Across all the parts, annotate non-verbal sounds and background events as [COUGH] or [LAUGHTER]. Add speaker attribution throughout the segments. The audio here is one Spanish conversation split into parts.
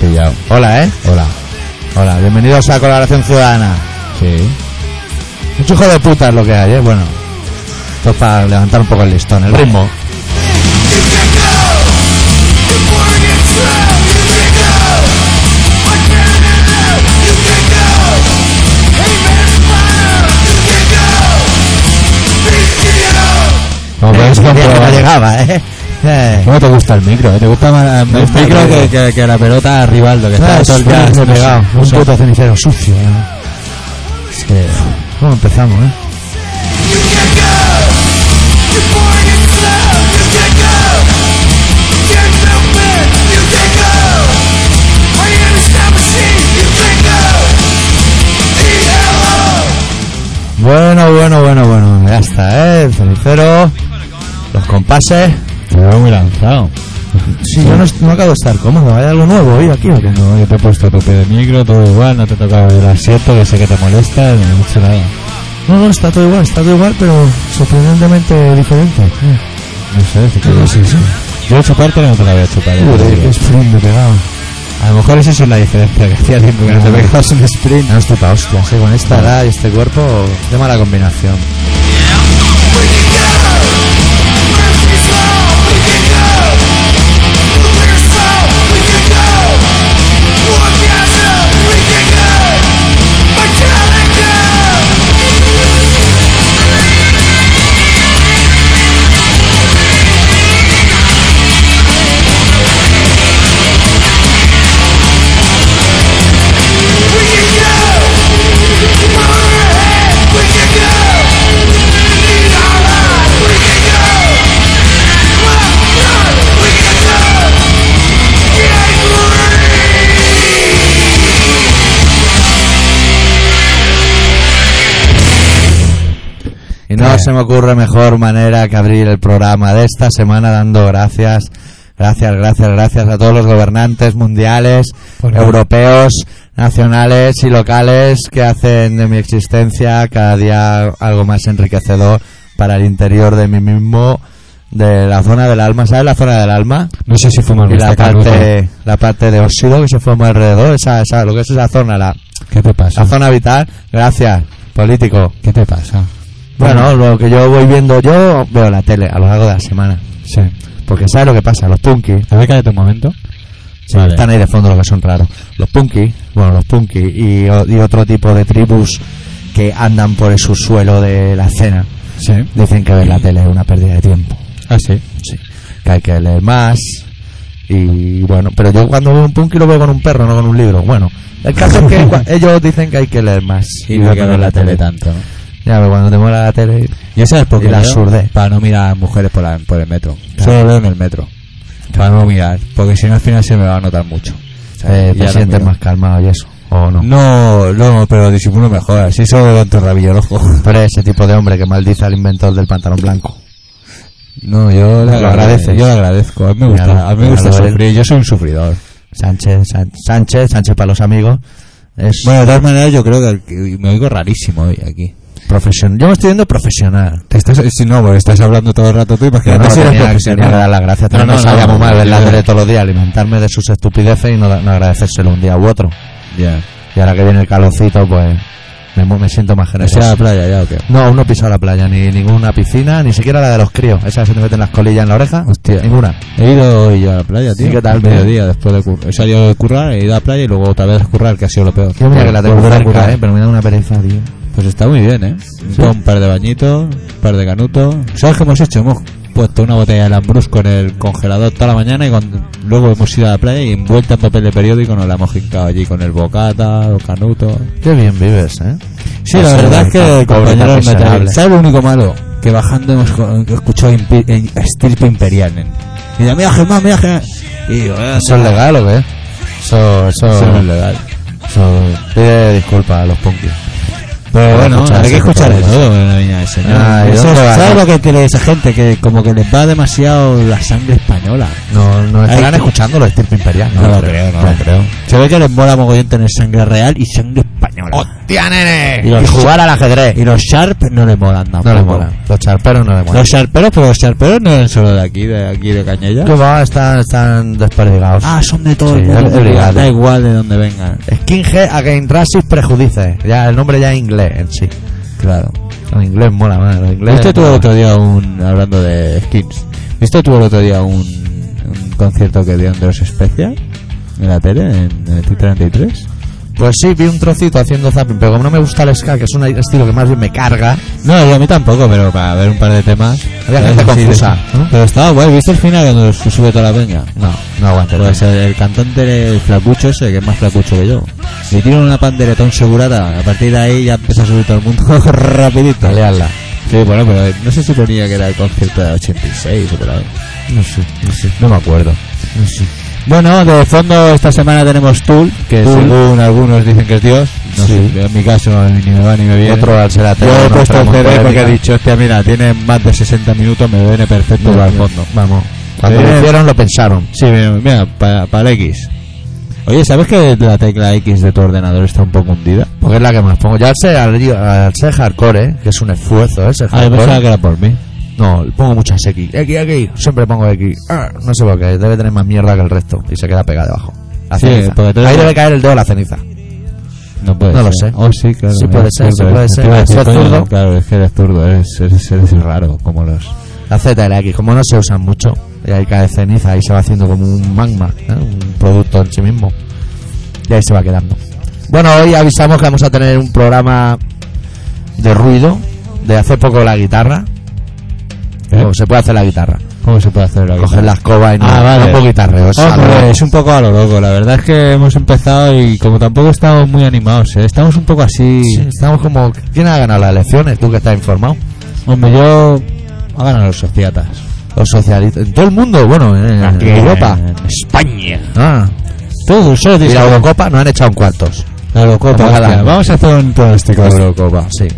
Speaker 1: pillado.
Speaker 2: Hola, ¿eh?
Speaker 1: Hola.
Speaker 2: Hola, bienvenidos a Colaboración Ciudadana.
Speaker 1: Sí.
Speaker 2: Mucho hijo de puta es lo que hay, ¿eh? Bueno, esto es para levantar un poco el listón, el ritmo.
Speaker 1: Como
Speaker 2: [LAUGHS]
Speaker 1: puedes
Speaker 2: Bien, eh. no
Speaker 1: comprobar.
Speaker 2: llegaba, ¿eh? Eh,
Speaker 1: ¿Cómo te gusta el micro? eh? ¿Te gusta más me
Speaker 2: El
Speaker 1: gusta
Speaker 2: micro que-
Speaker 1: la pelota a Rivaldo? Que
Speaker 2: ah,
Speaker 1: todo el día
Speaker 2: es pegado, un puto cenicero sucio. ¿eh? ¿Cómo empezamos, eh? Bueno, bueno, bueno, bueno, ya está, ¿eh? El cenicero, los compases.
Speaker 1: Te veo muy lanzado.
Speaker 2: Sí, yo no, est- no acabo de estar cómodo, ¿hay algo nuevo hoy aquí o qué?
Speaker 1: No, yo te he puesto tu pie de micro, todo igual, no te he tocado el asiento, que sé que te molesta, no he hecho nada.
Speaker 2: No, no, está todo igual, está todo igual, pero sorprendentemente diferente. Eh,
Speaker 1: No sé, si te...
Speaker 2: sí, sí.
Speaker 1: Yo chuparte no te la voy a chupar. ya te lo
Speaker 2: Joder,
Speaker 1: digo.
Speaker 2: qué sprint de pegado.
Speaker 1: A lo mejor esa es la diferencia que hacía tiempo que no te
Speaker 2: No.
Speaker 1: pegabas un sprint.
Speaker 2: No, estoy pa' hostia, sí, con esta edad y este cuerpo, qué mala combinación. Y no
Speaker 1: Eh.
Speaker 2: se me ocurre mejor manera que abrir el programa de esta semana dando gracias, gracias, gracias, gracias a todos los gobernantes mundiales,
Speaker 1: Por nada.
Speaker 2: europeos, nacionales y locales que hacen de mi existencia cada día algo más enriquecedor para el interior de mí mismo, de la zona del alma. ¿Sabes la zona del alma?
Speaker 1: No sé si fumas
Speaker 2: Y la
Speaker 1: este canuto.
Speaker 2: parte, la parte de óxido que se forma alrededor, esa, esa, lo que es esa zona, la,
Speaker 1: ¿Qué te pasa?
Speaker 2: la zona vital. Gracias, político.
Speaker 1: ¿Qué te pasa?
Speaker 2: Bueno, lo que yo voy viendo, yo veo la tele a lo largo de la semana.
Speaker 1: Sí.
Speaker 2: Porque sabes lo que pasa, los punkis.
Speaker 1: A ver, cállate un momento.
Speaker 2: sí, Están ahí de fondo los que son raros. Los punkis, bueno, los punkis y, o- y otro tipo de tribus que andan por el subsuelo de la escena.
Speaker 1: Sí.
Speaker 2: Dicen que ver la tele es una pérdida de tiempo.
Speaker 1: Ah, sí.
Speaker 2: Sí. Que hay que leer más. Y bueno, pero yo cuando veo un punky lo veo con un perro, no con un libro. Bueno, el caso es
Speaker 1: [LAUGHS]
Speaker 2: que cua- ellos dicen que hay que leer más. no poner
Speaker 1: tanto.
Speaker 2: Ya, pero cuando te mola la tele.
Speaker 1: Yo sabes por
Speaker 2: Y
Speaker 1: qué
Speaker 2: la
Speaker 1: veo?
Speaker 2: surdez.
Speaker 1: Para no mirar a las mujeres por, la- por el metro.
Speaker 2: Claro.
Speaker 1: Solo veo en el metro. Para no mirar. Porque si no al final se me va a notar mucho.
Speaker 2: Eh,
Speaker 1: Ya
Speaker 2: te
Speaker 1: no
Speaker 2: sientes
Speaker 1: miro.
Speaker 2: más calmado y eso, o no.
Speaker 1: No, no, pero disimulo mejor. Así solo veo entre rabillo el ojo.
Speaker 2: Tú eres ese tipo de hombre que maldice al inventor del pantalón blanco.
Speaker 1: No, [LAUGHS] yo le agradezco.
Speaker 2: Lo agradeces.
Speaker 1: Yo le agradezco. A mí me
Speaker 2: Mira,
Speaker 1: gusta, a mí me
Speaker 2: mira,
Speaker 1: gusta
Speaker 2: lo del-
Speaker 1: sufrir. Yo soy un sufridor.
Speaker 2: Sánchez, San- Sánchez, Sánchez para los amigos. Es
Speaker 1: Bueno, de todas maneras, yo creo que el- que me oigo rarísimo hoy aquí.
Speaker 2: profesional. Yo me estoy viendo profesional.
Speaker 1: Te estás, eh, si no, porque estás hablando todo el rato tú,
Speaker 2: Que
Speaker 1: imagínate
Speaker 2: no
Speaker 1: si eres
Speaker 2: tenía, tenía que
Speaker 1: profesional.
Speaker 2: dar las gracias.
Speaker 1: No,
Speaker 2: No,
Speaker 1: no,
Speaker 2: me salía
Speaker 1: no,
Speaker 2: muy mal
Speaker 1: no,
Speaker 2: ver la
Speaker 1: yo-
Speaker 2: tele todos los días, alimentarme de sus estupideces y no, da- no agradecérselo un día u otro.
Speaker 1: Ya.
Speaker 2: Y ahora que viene el calorcito, pues me, mo- me siento más
Speaker 1: No
Speaker 2: generoso.
Speaker 1: sea la playa ya o qué.
Speaker 2: no, aún no he pisado la playa, ni ninguna piscina, ni siquiera la de los críos. Esa se te meten las colillas en la oreja.
Speaker 1: Hostia.
Speaker 2: Ninguna.
Speaker 1: He ido hoy yo a la playa, tío.
Speaker 2: Sí, ¿qué tal,
Speaker 1: Al Mediodía, después de currar. He salido de currar, he ido a la playa y luego otra vez a currar, que ha sido lo peor.
Speaker 2: Yo mira que la tengo
Speaker 1: Volver a currar.
Speaker 2: cerca, eh, pero me da una pereza, tío.
Speaker 1: Pues está muy bien, ¿eh? Con Un par de bañitos, un par de canutos. ¿Sabes qué hemos hecho? Hemos puesto una botella de lambrusco en el congelador toda la mañana y cuando- luego hemos ido a la playa y envuelta en papel de periódico nos la hemos jincado allí con el bocata, los canutos.
Speaker 2: Qué bien vives, eh.
Speaker 1: Sí,
Speaker 2: Pues
Speaker 1: la
Speaker 2: sí,
Speaker 1: verdad es que,
Speaker 2: tan pobre, tan
Speaker 1: compañeros, me
Speaker 2: miserable.
Speaker 1: trae- ¿sabes lo único malo? Que bajando hemos co- escuchado impi- eh, estirpe imperial. nen. Y dice, mira Germán, mira Germán. Y digo, eh,
Speaker 2: ¿Eso es legal o qué? Eso, eso,
Speaker 1: Eso no es legal.
Speaker 2: eso- pide disculpas a los punkis.
Speaker 1: Pero bueno, hay que escuchar de todo en la viña del Señor.
Speaker 2: Ah, ¿y
Speaker 1: Eso
Speaker 2: dónde
Speaker 1: es-
Speaker 2: vas,
Speaker 1: ¿Sabes
Speaker 2: no?
Speaker 1: lo que tiene esa gente? Que como que les va demasiado la sangre española.
Speaker 2: No, no estarán
Speaker 1: Hay-
Speaker 2: escuchando los estirpe imperial.
Speaker 1: Se ve que les mola mogollón tener sangre real y sangre
Speaker 2: española.
Speaker 1: ¡Hostia, nene!
Speaker 2: y jugar al ajedrez.
Speaker 1: y los Sharp no le molan
Speaker 2: no
Speaker 1: tampoco.
Speaker 2: le mola. Los charperos no le mola.
Speaker 1: Los Sharperos, pero los Sharperos no eran solo de aquí, de aquí de Cañella.
Speaker 2: Que va, están, están desperdigados.
Speaker 1: Ah, son de todo
Speaker 2: Sí,
Speaker 1: el mundo.
Speaker 2: es obligado.
Speaker 1: Da igual de dónde vengan.
Speaker 2: Skinhead Against Racist Prejudice. Ya, el nombre ya es inglés en sí.
Speaker 1: Claro.
Speaker 2: En inglés mola más. En inglés
Speaker 1: ¿Viste tú el
Speaker 2: mola.
Speaker 1: otro día un. Hablando de skins. ¿Viste tú el otro día un, un concierto que dieron de los Especias? En la tele, en el T33.
Speaker 2: Pues sí, vi un trocito haciendo zapping, pero como no me gusta el ska, que es un estilo que más bien me carga,
Speaker 1: No, yo a mí tampoco, pero para ver un par de temas.
Speaker 2: Había
Speaker 1: Pero
Speaker 2: gente
Speaker 1: eso sí,
Speaker 2: confusa,
Speaker 1: de-
Speaker 2: ¿no?
Speaker 1: Pero estaba guay, ¿viste el final cuando se sube toda la peña?
Speaker 2: no, no aguanto.
Speaker 1: Pues el, el cantante, el flacucho ese, que es más flacucho que yo. Y tiene una pandereta, un segurata. A partir de ahí ya empieza a subir todo el mundo [LAUGHS] rapidito.
Speaker 2: Pelearla.
Speaker 1: Sí, bueno, pero no sé si ponía que era el concierto de 86 o por ahí.
Speaker 2: No sé, no sé, no me acuerdo. No sé.
Speaker 1: Bueno, de fondo esta semana tenemos Tool, que
Speaker 2: Tool.
Speaker 1: según algunos dicen que es Dios. No
Speaker 2: Sí.
Speaker 1: sé, en mi caso ni me va ni me viene.
Speaker 2: Otro al ser ateo,
Speaker 1: Yo he
Speaker 2: no
Speaker 1: puesto el
Speaker 2: tenemos
Speaker 1: CD porque he
Speaker 2: polémica.
Speaker 1: dicho, hostia, mira, tiene más de 60 minutos, me viene perfecto para el fondo.
Speaker 2: Vamos. Cuando
Speaker 1: Eh.
Speaker 2: lo hicieron lo pensaron.
Speaker 1: Sí, mira, mira, para, para el X. Oye, ¿sabes que la tecla X de tu ordenador está un poco hundida?
Speaker 2: Porque es la que más pongo. Ya al ser, al, al ser hardcore, ¿eh? que es un esfuerzo ese
Speaker 1: Ah, yo pensaba
Speaker 2: hardcore.
Speaker 1: que era por mí.
Speaker 2: No, pongo muchas X. X, X. Siempre pongo X. Ah, no sé por qué. Debe tener más mierda que el resto. Y se queda pegada debajo. La
Speaker 1: Sí,
Speaker 2: ceniza.
Speaker 1: porque todo-
Speaker 2: Ahí debe caer el dedo a la ceniza.
Speaker 1: No puede
Speaker 2: No lo
Speaker 1: ser.
Speaker 2: sé.
Speaker 1: Oh, sí, claro.
Speaker 2: Sí
Speaker 1: mira,
Speaker 2: puede
Speaker 1: es
Speaker 2: ser, sí
Speaker 1: zurdo,
Speaker 2: puede
Speaker 1: es-
Speaker 2: ser.
Speaker 1: te iba a decir,
Speaker 2: ¿Ser
Speaker 1: coño,
Speaker 2: zurdo?
Speaker 1: Claro, es que eres zurdo, eres, eres, eres raro, como los...
Speaker 2: La Z y la X, como no se usan mucho, y ahí cae ceniza y se va haciendo como un magma, ¿eh? un producto en sí mismo. Y ahí se va quedando. Bueno, hoy avisamos que vamos a tener un programa de ruido, de hace poco la guitarra.
Speaker 1: ¿Eh?
Speaker 2: Como se puede hacer la guitarra.
Speaker 1: ¿Cómo se puede hacer la
Speaker 2: Coger la escoba y no,
Speaker 1: Ah, vale. Ah,
Speaker 2: un poco guitarreo. o sea,
Speaker 1: Hombre,
Speaker 2: no-
Speaker 1: es un poco a lo loco. La verdad es que hemos empezado y como tampoco estamos muy animados, ¿eh? estamos un poco así.
Speaker 2: Sí, estamos como. ¿Quién ha ganado las elecciones? Tú que estás informado.
Speaker 1: Hombre, yo ha ganado los sociatas.
Speaker 2: Los socialistas. En todo el mundo, bueno, en, en Europa.
Speaker 1: En España.
Speaker 2: Ah,
Speaker 1: Todos, solo
Speaker 2: y
Speaker 1: dice-
Speaker 2: la Eurocopa no han echado en cuartos.
Speaker 1: La Eurocopa.
Speaker 2: Vamos a Pues,
Speaker 1: hostia,
Speaker 2: ganar.
Speaker 1: Vamos a hacer un este pronóstico de Eurocopa.
Speaker 2: Sí.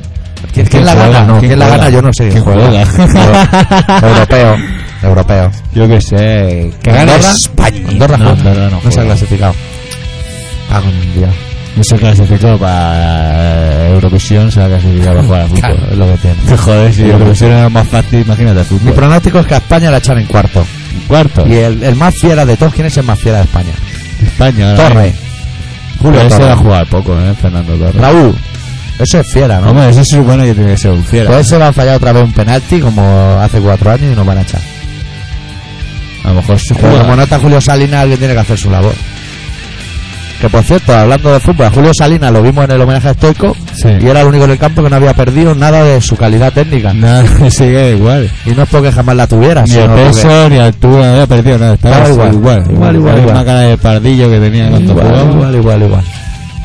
Speaker 2: ¿Quién, quién la
Speaker 1: juega?
Speaker 2: gana? No,
Speaker 1: ¿Quién
Speaker 2: ¿quién, la
Speaker 1: juega?
Speaker 2: gana? Yo no sé.
Speaker 1: ¿Quién juega?
Speaker 2: Euro- [LAUGHS] Europeo. Europeo.
Speaker 1: Yo qué sé. Que gane
Speaker 2: ¿Andorra?
Speaker 1: España.
Speaker 2: Andorra
Speaker 1: no,
Speaker 2: juega.
Speaker 1: Andorra no,
Speaker 2: No se ha
Speaker 1: juega.
Speaker 2: clasificado. Hago un día.
Speaker 1: No se clasificó para eh, Eurovisión, se ha clasificado para jugar al
Speaker 2: Claro,
Speaker 1: fútbol.
Speaker 2: es lo que
Speaker 1: [LAUGHS]
Speaker 2: tiene.
Speaker 1: Joder, si Eurovisión era más fácil, imagínate el
Speaker 2: Mi
Speaker 1: fútbol.
Speaker 2: pronóstico es que a España la echan en cuarto.
Speaker 1: Cuarto.
Speaker 2: Y el, el más fiera de todos, ¿quién es el más fiera de España?
Speaker 1: España. ahora mismo.
Speaker 2: Torre.
Speaker 1: Julio,
Speaker 2: Julio
Speaker 1: ese
Speaker 2: Torre.
Speaker 1: va a jugar poco, ¿eh? Fernando Torres.
Speaker 2: Raúl. Ese es fiera, ¿no?
Speaker 1: Hombre, ese se supone que tiene que ser un fiera.
Speaker 2: Pues ese va a fallar otra vez un penalti como hace cuatro años y nos van a echar.
Speaker 1: a lo mejor se
Speaker 2: Pero como
Speaker 1: juega.
Speaker 2: no está Julio Salinas, alguien tiene que hacer su labor. Que por cierto, hablando de fútbol, a Julio Salinas lo vimos en el homenaje estoico
Speaker 1: Sí.
Speaker 2: y era el único en el campo que no había perdido nada de su calidad técnica.
Speaker 1: Nada, [LAUGHS] sigue igual.
Speaker 2: Y no es porque jamás la tuviera,
Speaker 1: Ni el
Speaker 2: sino porque-
Speaker 1: peso, ni altura, no había perdido nada. Estaba
Speaker 2: Estaba
Speaker 1: igual.
Speaker 2: igual. Igual, igual,
Speaker 1: La misma
Speaker 2: igual.
Speaker 1: cara de pardillo que tenía cuando
Speaker 2: Igual,
Speaker 1: jugaba.
Speaker 2: igual, igual, igual.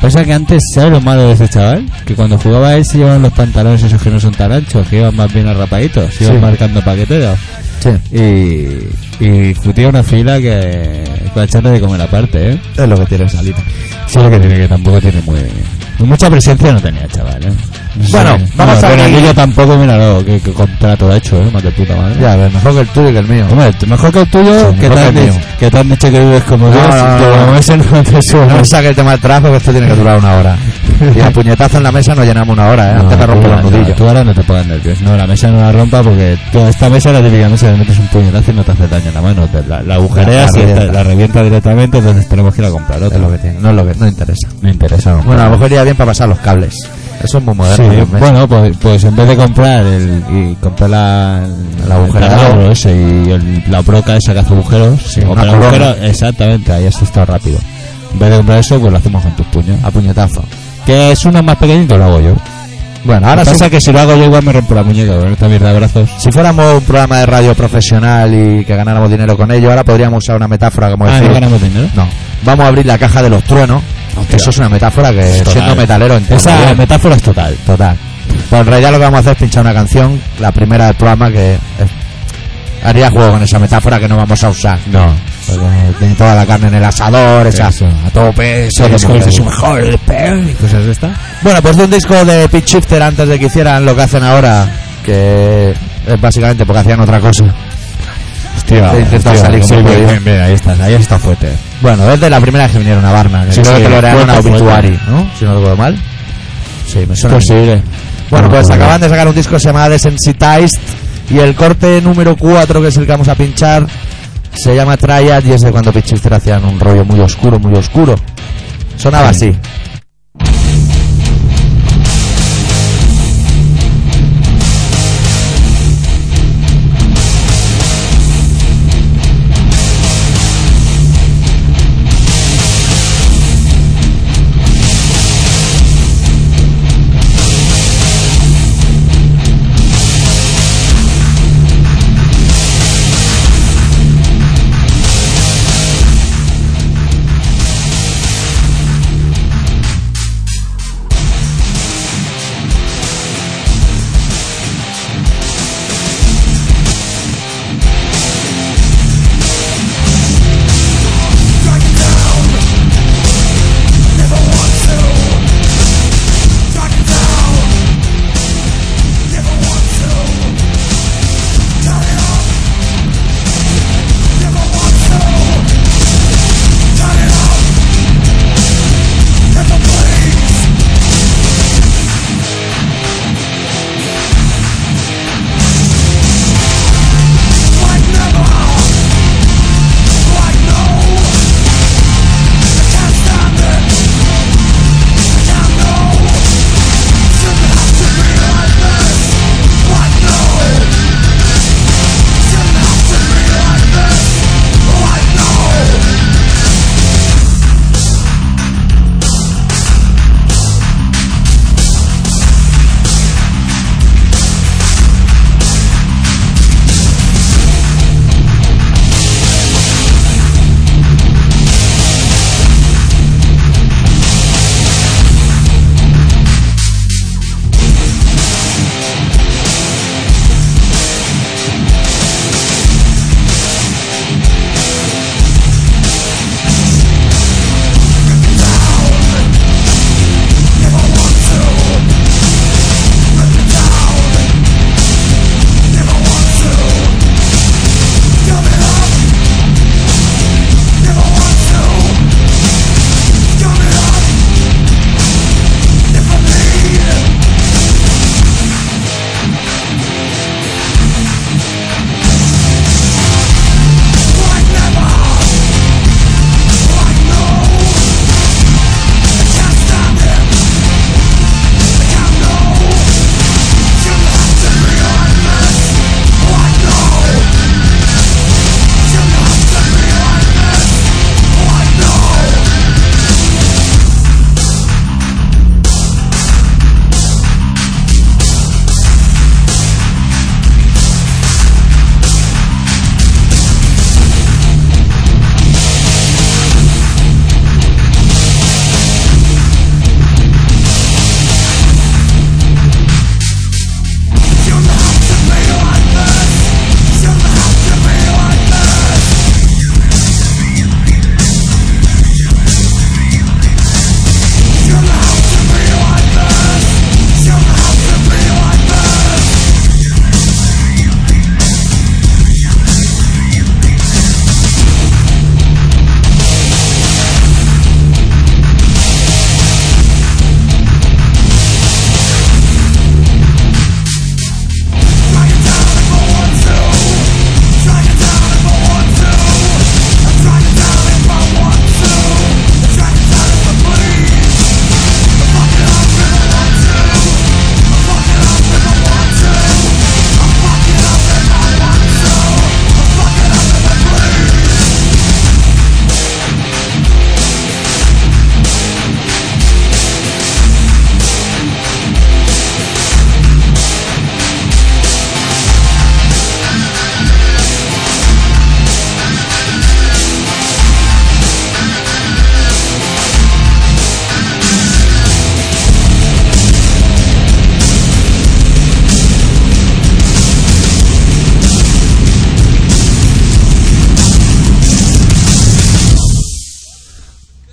Speaker 1: Pasa que antes, ¿sabes lo malo de ese chaval? Que cuando jugaba él se llevaban los pantalones esos que no son tan anchos, que iban más bien arrapaditos, se iban
Speaker 2: Sí.
Speaker 1: marcando paqueteros.
Speaker 2: Sí,
Speaker 1: Y, y jutía una fila que... Para echarle de comer aparte, ¿eh?
Speaker 2: es lo que tiene Salinas.
Speaker 1: Sí, lo que tiene que tampoco tiene muy. Mucha presencia no tenía, chaval, ¿eh? No sé.
Speaker 2: Bueno, vamos a
Speaker 1: Bueno,
Speaker 2: abrir-
Speaker 1: Bernardillo tampoco, míralo, que, que contrato ha hecho, ¿eh? Más de puta madre.
Speaker 2: Ya, a ver, mejor que el tuyo y que el mío.
Speaker 1: Hombre, tú- mejor que el tuyo,
Speaker 2: Sí,
Speaker 1: que, te
Speaker 2: mejor que
Speaker 1: han
Speaker 2: el mío.
Speaker 1: dicho, que te han dicho que vives como
Speaker 2: No,
Speaker 1: Dios,
Speaker 2: no, no,
Speaker 1: pero
Speaker 2: no.
Speaker 1: eso [LAUGHS] no te sube.
Speaker 2: No me saque el tema del trabajo, que esto tiene que durar una hora. Y a puñetazo en la mesa nos llenamos una hora, ¿eh? Antes
Speaker 1: No,
Speaker 2: me rompo
Speaker 1: tú
Speaker 2: los
Speaker 1: ahora-
Speaker 2: nudillos.
Speaker 1: Tú ahora no te pongas nervios. No, la mesa no la rompa porque tú- esta mesa es la típica mesa que le metes un puñetazo y no te hace daño en la mano. Te, la, la agujereas
Speaker 2: La- la
Speaker 1: y esta-
Speaker 2: revienta.
Speaker 1: la revienta directamente, entonces tenemos que ir a comprar
Speaker 2: Es
Speaker 1: otra.
Speaker 2: lo que tiene, no es lo que no interesa.
Speaker 1: Me interesa. no.
Speaker 2: Bueno, a lo mejor iría bien para pasar los cables. Eso es muy
Speaker 1: Sí,
Speaker 2: moderno. ¿eh? ¿no?
Speaker 1: bueno, pues, pues en vez de comprar el, y comprar la,
Speaker 2: El agujerador.
Speaker 1: taladro ese y el- la broca esa que hace agujeros, si
Speaker 2: una
Speaker 1: compras
Speaker 2: corona.
Speaker 1: agujeros, exactamente, ahí has estado rápido. En vez de comprar eso, pues lo hacemos con tus puños.
Speaker 2: A puñetazo.
Speaker 1: Que es uno más pequeñito, lo hago yo.
Speaker 2: Bueno, ahora
Speaker 1: Ahora
Speaker 2: sí
Speaker 1: pasa que si lo hago yo, igual me rompo la muñeca con esta mierda de brazos.
Speaker 2: Si fuéramos un programa de radio profesional y que ganáramos dinero con ello, ahora podríamos usar una metáfora como
Speaker 1: Ah,
Speaker 2: decir,
Speaker 1: ¿no ganamos dinero?
Speaker 2: No, vamos a abrir la caja de los truenos.
Speaker 1: Hostia.
Speaker 2: Eso es una metáfora que
Speaker 1: Total.
Speaker 2: siendo metalero entiendo
Speaker 1: Esa
Speaker 2: bien.
Speaker 1: metáfora es total.
Speaker 2: total. Pues en realidad lo que vamos a hacer es pinchar una canción, la primera del programa que eh, haría juego con esa metáfora que no vamos a usar.
Speaker 1: No.
Speaker 2: Porque tiene Pues toda la carne en el asador, esa
Speaker 1: Eso,
Speaker 2: a tope,
Speaker 1: Eso que
Speaker 2: como
Speaker 1: es
Speaker 2: que-
Speaker 1: su mejor, el peor y cosas de estas.
Speaker 2: Bueno, pues de un disco de Pitch Shifter antes de que hicieran lo que hacen ahora, que es básicamente porque hacían otra cosa.
Speaker 1: Hostia,
Speaker 2: Te intenta
Speaker 1: hostia,
Speaker 2: salir
Speaker 1: sí,
Speaker 2: como
Speaker 1: bien,
Speaker 2: yo.
Speaker 1: bien, bien, ahí estás, ahí está fuerte.
Speaker 2: Bueno, desde la primera vez que vinieron a Barna, que
Speaker 1: Sí,
Speaker 2: creo
Speaker 1: sí,
Speaker 2: que lo harán
Speaker 1: fuerte,
Speaker 2: a Obituary,
Speaker 1: fuerte.
Speaker 2: ¿no? Si no recuerdo mal.
Speaker 1: Pues Sí, me
Speaker 2: Es
Speaker 1: suena.
Speaker 2: posible. Bueno,
Speaker 1: No,
Speaker 2: pues
Speaker 1: no, no.
Speaker 2: acaban de sacar un disco que se llama Desensitized y el corte número 4, que es el que vamos a pinchar, se llama Triad y es de cuando Pichester hacían un rollo muy oscuro, muy oscuro. Sonaba así.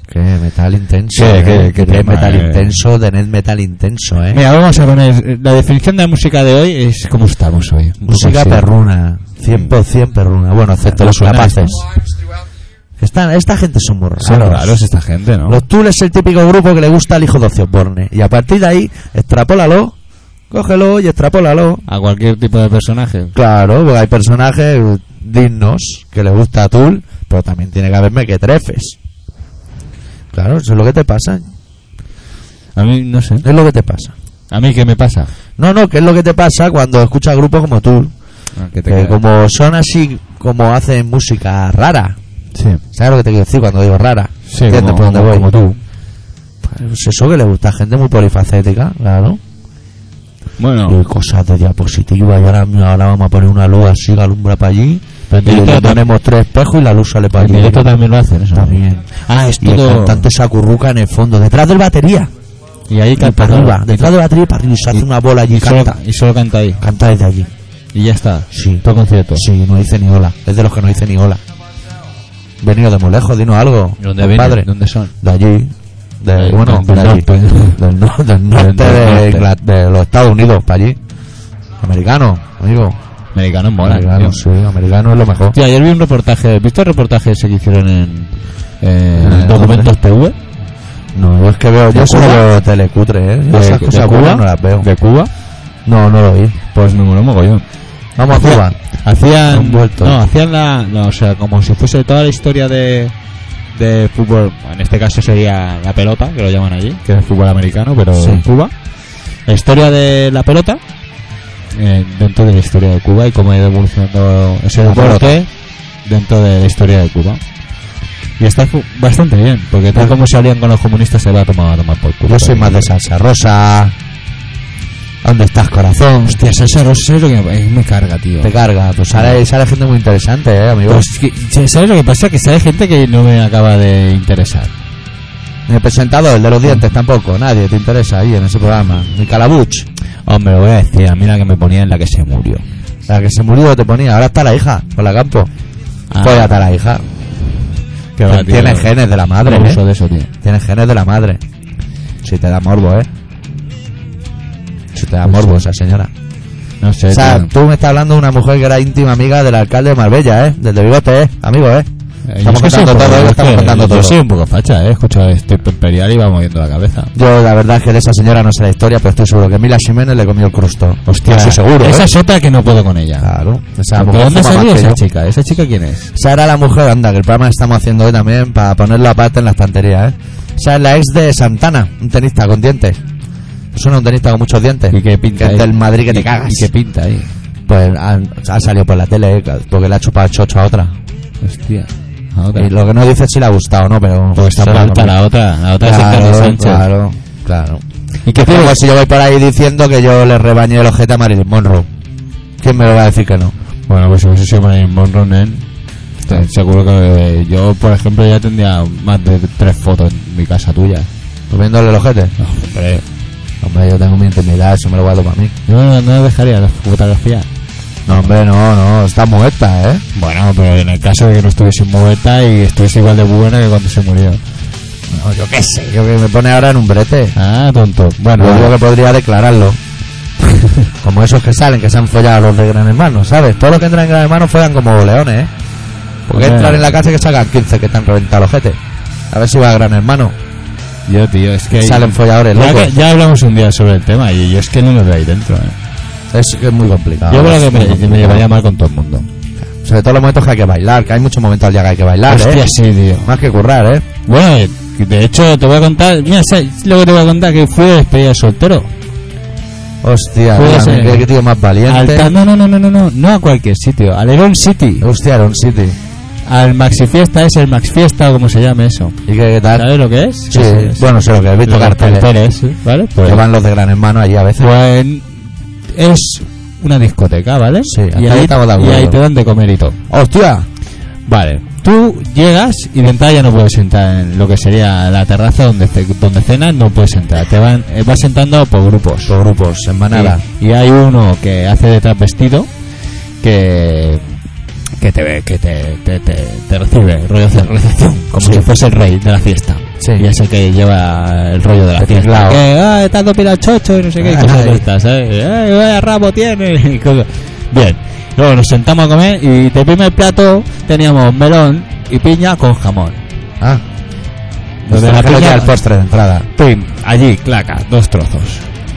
Speaker 2: Qué metal intenso.
Speaker 1: Qué-
Speaker 2: eh,
Speaker 1: qué- qué
Speaker 2: de
Speaker 1: tema,
Speaker 2: metal
Speaker 1: eh.
Speaker 2: intenso, de net metal intenso, eh.
Speaker 1: Mira, vamos a poner. eh, La definición de la música de hoy es cómo estamos hoy. Un poco
Speaker 2: Música
Speaker 1: así.
Speaker 2: perruna, 100% perruna. Bueno, excepto
Speaker 1: Los
Speaker 2: los
Speaker 1: sonares,
Speaker 2: capaces.
Speaker 3: lives throughout
Speaker 2: Están, esta gente son muy
Speaker 1: Son
Speaker 2: raros. este
Speaker 1: raros esta gente, ¿no?
Speaker 2: Los Tool es el típico grupo que le gusta al hijo de Ociosborne. Y a partir de ahí, extrapólalo, cógelo y extrapólalo.
Speaker 1: A cualquier tipo de personaje.
Speaker 2: Claro, porque hay personajes dignos que le gusta a Tool, pero también tiene que haberme que trefes. Claro, eso es lo que te pasa.
Speaker 1: A mí, no sé.
Speaker 2: Es lo que te pasa.
Speaker 1: ¿A mí qué me pasa?
Speaker 2: No, no, que es lo que te pasa cuando escuchas grupos como Tool.
Speaker 1: Ah, que te
Speaker 2: Que
Speaker 1: queda-
Speaker 2: como son así, como hacen música rara.
Speaker 1: Sí.
Speaker 2: ¿Sabes lo que te quiero decir cuando digo rara?
Speaker 1: Sí,
Speaker 2: ¿Entiendes
Speaker 1: como-
Speaker 2: por dónde voy?
Speaker 1: como tú.
Speaker 2: Pues eso que le gusta a gente muy polifacética, claro.
Speaker 1: Bueno,
Speaker 2: Y cosas de diapositiva. Y ahora, mira, ahora vamos a poner una luz así que alumbra para allí. Y
Speaker 1: Bendito
Speaker 2: le
Speaker 1: tam-
Speaker 2: ponemos tres espejos y la luz sale para
Speaker 1: en
Speaker 2: allí.
Speaker 1: directo también lo hacen, eso.
Speaker 2: También.
Speaker 1: Ah, es
Speaker 2: Y el
Speaker 1: todo.
Speaker 2: cantante se acurruca en el fondo, detrás del batería.
Speaker 1: Y ahí
Speaker 2: Y
Speaker 1: canta.
Speaker 2: para arriba,
Speaker 1: ¿no?
Speaker 2: detrás del batería y para arriba. Y se hace una bola allí y
Speaker 1: Y solo,
Speaker 2: canta.
Speaker 1: y solo canta ahí.
Speaker 2: Canta desde allí.
Speaker 1: Y ya está.
Speaker 2: Sí.
Speaker 1: Todo concierto.
Speaker 2: Sí, no dice ni hola. Es de los que no dice ni hola. Venido de muy lejos, dinos algo.
Speaker 1: ¿Y ¿Dónde
Speaker 2: compadre.
Speaker 1: vienen? ¿Dónde son?
Speaker 2: De allí. De,
Speaker 1: Del-
Speaker 2: bueno,
Speaker 1: del
Speaker 2: de allí.
Speaker 1: norte.
Speaker 2: Del, no-
Speaker 1: [LAUGHS] pues.
Speaker 2: del norte
Speaker 1: norte.
Speaker 2: de, Ingla- de los Estados Unidos, para allí. Americano, amigo.
Speaker 1: Americanos mola.
Speaker 2: americano, sí, americano es lo mejor.
Speaker 1: Tío, ayer vi un reportaje. ¿Viste el reportaje ese que hicieron en. eh,
Speaker 2: En el
Speaker 1: Documentos TV?
Speaker 2: No, yo es que veo, yo
Speaker 1: ¿De
Speaker 2: solo
Speaker 1: Cuba?
Speaker 2: veo telecutre, ¿eh? Yo esas cosas buenas no las veo.
Speaker 1: ¿De Cuba?
Speaker 2: No, no lo vi.
Speaker 1: Pues me moló mogollón.
Speaker 2: Vamos a Cuba.
Speaker 1: Hacían.
Speaker 2: Han vuelto.
Speaker 1: No, hacían la. no, o sea, como si fuese toda la historia de. De fútbol, en este caso sería la pelota, que lo llaman allí, que es fútbol americano, pero
Speaker 2: Sí.
Speaker 1: en Cuba. La historia de la pelota, eh, dentro de la historia de Cuba y cómo ha ido evolucionando ese
Speaker 2: La
Speaker 1: deporte dentro de la historia de Cuba. Y está fu- bastante bien, porque tal como salían con los comunistas se va a tomar, a tomar por culo.
Speaker 2: Yo soy más de salsa rosa. ¿Dónde estás, corazón?
Speaker 1: Hostia, salsa rosa es lo que me, me carga, tío.
Speaker 2: Te carga, pues sale, sale gente muy interesante, eh, amigo.
Speaker 1: Pues es que, ¿Sabes lo que pasa? Que sale gente que no me acaba de interesar.
Speaker 2: Ni el presentador, el de los dientes tampoco, nadie te interesa ahí en ese programa. Ni Calabuch,
Speaker 1: Hombre, lo voy a decir, a mí la que me ponía en la que se murió.
Speaker 2: la que se murió te ponía, ahora está la hija, con la campo.
Speaker 1: Ah.
Speaker 2: Pues ya está la hija.
Speaker 1: Que
Speaker 2: Tiene genes de la madre,
Speaker 1: No uso
Speaker 2: eh.
Speaker 1: de eso, tío.
Speaker 2: Tiene genes de la madre. Si te da morbo, eh. Si te da
Speaker 1: Pues
Speaker 2: morbo
Speaker 1: sí.
Speaker 2: esa señora.
Speaker 1: No sé,
Speaker 2: O sea,
Speaker 1: tío.
Speaker 2: tú me estás hablando de una mujer que era íntima amiga del alcalde de Marbella, eh. Del de bigote, eh. Amigo, eh.
Speaker 1: Eh,
Speaker 2: Estamos
Speaker 1: yo es que soy
Speaker 2: contando
Speaker 1: un poco-
Speaker 2: todo, eh,
Speaker 1: es
Speaker 2: estamos
Speaker 1: que
Speaker 2: contando
Speaker 1: yo
Speaker 2: todo.
Speaker 1: soy un poco facha, eh. Escucho este imperial y va moviendo la cabeza.
Speaker 2: Yo la verdad es que de esa señora no sé la historia, pero estoy seguro que Mila Jiménez le comió el crusto. Eso seguro,
Speaker 1: Esa
Speaker 2: ¿eh?
Speaker 1: es otra que no puedo con ella.
Speaker 2: Claro. Esa
Speaker 1: ¿De
Speaker 2: mujer
Speaker 1: dónde
Speaker 2: fuma
Speaker 1: salió
Speaker 2: más que
Speaker 1: esa
Speaker 2: yo.
Speaker 1: chica? ¿Esa chica quién es?
Speaker 2: Esa era la mujer, anda, que el programa estamos haciendo hoy también para ponerlo aparte en la estantería, ¿eh? Esa es la ex de Santana, un tenista con dientes. Suena un tenista con muchos dientes.
Speaker 1: ¿Y qué pinta
Speaker 2: Que
Speaker 1: ahí?
Speaker 2: es del Madrid que
Speaker 1: ¿Y-
Speaker 2: te cagas.
Speaker 1: ¿Y qué pinta ahí?
Speaker 2: Pues han- ha, salido por la tele, eh, porque le ha chupado el chocho a otra.
Speaker 1: Hostia. A otra.
Speaker 2: Y lo que no dice es si le ha gustado o no, pero...
Speaker 1: Porque está
Speaker 2: se la
Speaker 1: muerta
Speaker 2: come.
Speaker 1: la otra. La otra es Carlos
Speaker 2: Claro,
Speaker 1: Sánchez.
Speaker 2: claro, claro.
Speaker 1: ¿Y qué
Speaker 2: Pero pues,
Speaker 1: tiene?
Speaker 2: si yo voy por ahí diciendo que yo le rebañé el ojete a Marilyn Monroe. ¿Quién me lo va a decir que no?
Speaker 1: Bueno, pues si hubiese sido Marilyn Monroe, nen, te- seguro que eh, yo, por ejemplo, ya tendría más de tres fotos en mi casa tuya.
Speaker 2: ¿Tú Pues viéndole el ojete?
Speaker 1: No, hombre.
Speaker 2: Hombre, yo tengo mi intimidad, eso me lo guardo para mí.
Speaker 1: Yo no, no dejaría las fotografías.
Speaker 2: No, hombre, no, no, está muerta, ¿eh?
Speaker 1: Bueno, pero en el caso de que no estuviese muerta y estuviese igual de buena que cuando se murió.
Speaker 2: No, yo qué sé, yo que me pone ahora en un brete.
Speaker 1: Ah, tonto. Bueno,
Speaker 2: Yo digo que podría declararlo. como esos que salen, que se han follado a los de Gran Hermano, ¿sabes? Todos los que entran en Gran Hermano follan como leones, ¿eh? Porque
Speaker 1: Hombre.
Speaker 2: entran en la casa y que sacan 15 que están reventado el ojete. A ver si va a Gran Hermano.
Speaker 1: [LAUGHS] yo, tío, es que...
Speaker 2: Salen folladores,
Speaker 1: ya,
Speaker 2: locos.
Speaker 1: que- ya hablamos un día sobre el tema y yo es que no lo veo ahí dentro. eh.
Speaker 2: Es que es muy complicado.
Speaker 1: yo creo que
Speaker 2: Es
Speaker 1: me,
Speaker 2: muy
Speaker 1: me
Speaker 2: complicado.
Speaker 1: llevaría mal con todo el mundo.
Speaker 2: Sobre todo los momentos que hay que bailar, que hay muchos momentos al día que hay que bailar,
Speaker 1: Hostia,
Speaker 2: ¿eh?
Speaker 1: sí, tío.
Speaker 2: Más que currar, ¿eh?
Speaker 1: Bueno, eh, de hecho, te voy a contar... Mira, ¿sabes lo que te voy a contar? Que fui de despedida de soltero.
Speaker 2: Hostia,
Speaker 1: Puede
Speaker 2: mira,
Speaker 1: ser. ¿eh?
Speaker 2: qué- qué tío más valiente.
Speaker 1: Alta- no, no, no, no, no, no, no a cualquier sitio, al Eron City,
Speaker 2: Hostia, era un City.
Speaker 1: al Maxi Fiesta, es el Max Fiesta o como se llame eso.
Speaker 2: ¿Y qué, qué tal?
Speaker 1: ¿Sabes lo que es?
Speaker 2: Sí,
Speaker 1: Eso es.
Speaker 2: bueno, sé lo que he visto
Speaker 1: Los
Speaker 2: carteles.
Speaker 1: carteles, sí, ¿vale? Pues,
Speaker 2: Que van los de Gran Hermano allí a veces.
Speaker 1: pues, es una discoteca, ¿vale?
Speaker 2: Sí, hasta
Speaker 1: y
Speaker 2: ahí
Speaker 1: ahí,
Speaker 2: estamos de acuerdo.
Speaker 1: y ahí te dan de comer y todo.
Speaker 2: ¡Hostia!
Speaker 1: Vale, tú llegas y de entrada ya no puedes sentar en lo que sería la terraza donde ce- donde cenas, no puedes sentar. Te van eh, vas sentando por grupos.
Speaker 2: Los grupos, en manada.
Speaker 1: Y, y hay uno que hace de vestido que que te ve, que te, te, te, te recibe, rollo de recepción, como
Speaker 2: Sí.
Speaker 1: si fuese el rey de la fiesta.
Speaker 2: Sí.
Speaker 1: Y es el que lleva el rollo de la
Speaker 2: El
Speaker 1: fiesta.
Speaker 2: tinglao.
Speaker 1: Que, ah, está todo pila chocho y no sé [LAUGHS] qué, y cosas de estas, ¿sabes? Ay, vaya rabo tiene. [LAUGHS] y cosas. Bien. Luego nos sentamos a comer y de primer plato teníamos melón, y piña con jamón.
Speaker 2: Ah,
Speaker 1: Lo de la
Speaker 2: trajeron ya
Speaker 1: piña-
Speaker 2: el postre de entrada.
Speaker 1: Pim, allí, claca, dos trozos.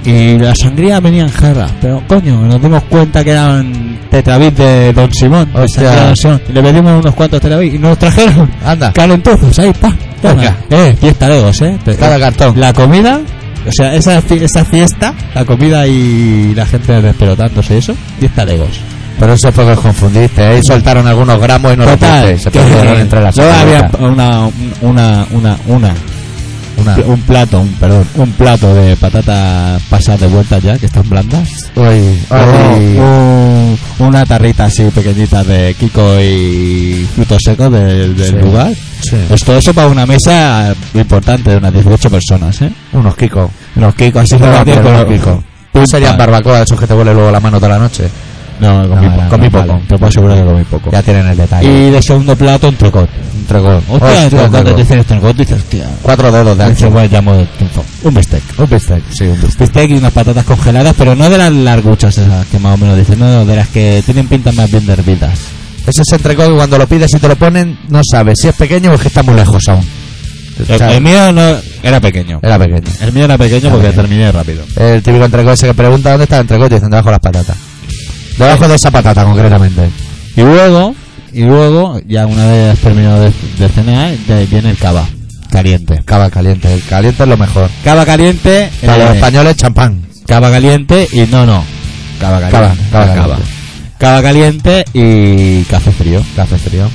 Speaker 1: Y la sangría venía en jarra, pero coño, nos dimos cuenta que eran tetravis de Don Simón. de
Speaker 2: Hostia.
Speaker 1: sangría de Don Simón. Y le pedimos unos cuantos tetravis y nos los [LAUGHS] trajeron.
Speaker 2: Anda,
Speaker 1: Calentuzos, ahí, pa. toma.
Speaker 2: Venga.
Speaker 1: Eh, fiesta legos, eh. Te-
Speaker 2: cada cartón.
Speaker 1: La comida, o sea, esa, fi- esa fiesta, la comida y la gente despelotándose y eso, fiesta legos.
Speaker 2: Pero eso fue que os confundiste, ¿eh? Y soltaron algunos gramos y no
Speaker 1: Total,
Speaker 2: los visteis, Se
Speaker 1: que-
Speaker 2: perdieron entre las
Speaker 1: luego había
Speaker 2: orejas.
Speaker 1: una, una, una, una,
Speaker 2: Una.
Speaker 1: un plato, un, perdón, un plato de patatas pasadas de vuelta ya, que están blandas.
Speaker 2: Uy, uy.
Speaker 1: Luego un- una tarrita así pequeñita de Kiko y frutos secos del, del
Speaker 2: Sí.
Speaker 1: lugar.
Speaker 2: Sí.
Speaker 1: Pues todo eso para una mesa importante de unas 18 personas, ¿eh?
Speaker 2: Unos Kiko.
Speaker 1: Los Kikos, así
Speaker 2: Unos
Speaker 1: repartidos por-
Speaker 2: Kiko.
Speaker 1: Pum,
Speaker 2: Serían
Speaker 1: pam.
Speaker 2: barbacoa de esos que te huele luego la mano toda la noche.
Speaker 1: No, comí,
Speaker 2: No,
Speaker 1: po-
Speaker 2: no,
Speaker 1: comí
Speaker 2: no,
Speaker 1: poco.
Speaker 2: vale.
Speaker 1: Te puedo asegurar que comí poco.
Speaker 2: Ya tienen el detalle.
Speaker 1: Y de segundo plato, un trocot.
Speaker 2: Un trocón.
Speaker 1: Hostia,
Speaker 2: Hostia,
Speaker 1: trocot,
Speaker 2: trocón.
Speaker 1: te dicen trocot, dices, hostia.
Speaker 2: Cuatro dedos de
Speaker 1: Eso
Speaker 2: ancho.
Speaker 1: bueno, llamo de triunfo. Un bistec.
Speaker 2: Un bistec, sí, un bistec.
Speaker 1: Bistec y unas patatas congeladas, pero no de las larguchas esas que más o menos dicen, no, de las que tienen pinta más bien de hervidas.
Speaker 2: Ese es entrecot que cuando lo pides y te lo ponen, no sabes si es pequeño o es que está muy lejos aún. O
Speaker 1: El,
Speaker 2: sea,
Speaker 1: el mío no era pequeño.
Speaker 2: era pequeño.
Speaker 1: El mío era pequeño porque terminé rápido.
Speaker 2: El típico entrecot ese que pregunta dónde está el entrecot y dicen debajo de las patatas. Debajo de esa patata, concretamente.
Speaker 1: Y luego, y luego, ya una vez terminado de, de cenar, de- viene el cava caliente.
Speaker 2: Cava caliente. El caliente es lo mejor.
Speaker 1: Cava caliente,
Speaker 2: Para
Speaker 1: eh,
Speaker 2: los españoles, champán.
Speaker 1: Cava caliente y no, no. Cava caliente.
Speaker 2: Cava,
Speaker 1: Ah,
Speaker 2: cava
Speaker 1: cava. Cava caliente y café frío.
Speaker 2: Café frío.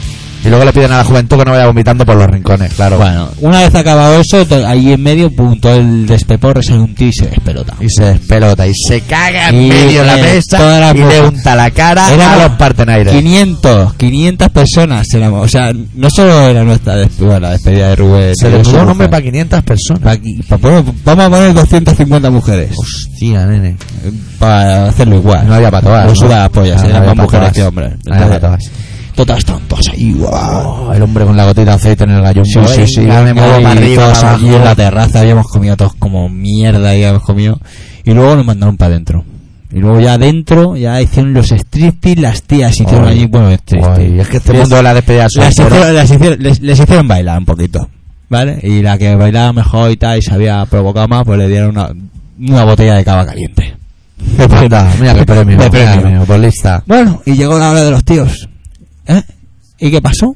Speaker 2: Y luego le piden a la juventud que no vaya vomitando por los rincones, claro.
Speaker 1: Bueno, una vez acabado eso, to- ahí en medio, punto, el despeporre se untí y se despelota.
Speaker 2: Y se despelota y se caga en
Speaker 1: Y,
Speaker 2: medio de la
Speaker 1: eh,
Speaker 2: mesa
Speaker 1: toda la
Speaker 2: y le
Speaker 1: boca.
Speaker 2: unta la cara
Speaker 1: Éramos
Speaker 2: a los partenaires.
Speaker 1: 500, 500 personas éramos. O sea, no solo era nuestra despedida, la despedida de Rubén.
Speaker 2: Se
Speaker 1: y
Speaker 2: le
Speaker 1: de su
Speaker 2: puso un nombre
Speaker 1: mujer.
Speaker 2: para 500 personas.
Speaker 1: Pa' qui- pa' poner- vamos a poner 250 mujeres.
Speaker 2: Hostia, nene.
Speaker 1: Eh, Para hacerlo igual.
Speaker 2: No había para todas,
Speaker 1: No
Speaker 2: ¿no?
Speaker 1: suda las pollas, ¿eh?
Speaker 2: Ah, no
Speaker 1: eran
Speaker 2: había
Speaker 1: más
Speaker 2: pa'
Speaker 1: mujeres
Speaker 2: todas. Ah,
Speaker 1: que hombres.
Speaker 2: No había pa' todas.
Speaker 1: Todas trampas ahí, guau.
Speaker 2: Oh, el hombre con la gotita de aceite en el gallón.
Speaker 1: Sí, sí, sí.
Speaker 2: Ya me muevo
Speaker 1: Ahí
Speaker 2: para arriba,
Speaker 1: todos
Speaker 2: para
Speaker 1: allí en la
Speaker 2: abajo.
Speaker 1: terraza habíamos comido todos como mierda y habíamos comido. Y luego nos mandaron para adentro. Y luego ya adentro, ya hicieron los striptease, las tías hicieron
Speaker 2: Ay,
Speaker 1: allí, bueno, striptease.
Speaker 2: Uy, es que este
Speaker 1: Les-
Speaker 2: mundo de la despedida
Speaker 1: las
Speaker 2: soltera- [LAUGHS]
Speaker 1: hicieron- las hicieron- les, les hicieron bailar un poquito, ¿vale? Y la que bailaba mejor y tal y se había provocado más, pues le dieron una, una botella de cava caliente. [LAUGHS]
Speaker 2: Qué puta, mira qué premio.
Speaker 1: De
Speaker 2: mira,
Speaker 1: premio.
Speaker 2: mira, Por lista.
Speaker 1: Bueno, y llegó la hora de los tíos. ¿Eh? ¿Y qué pasó?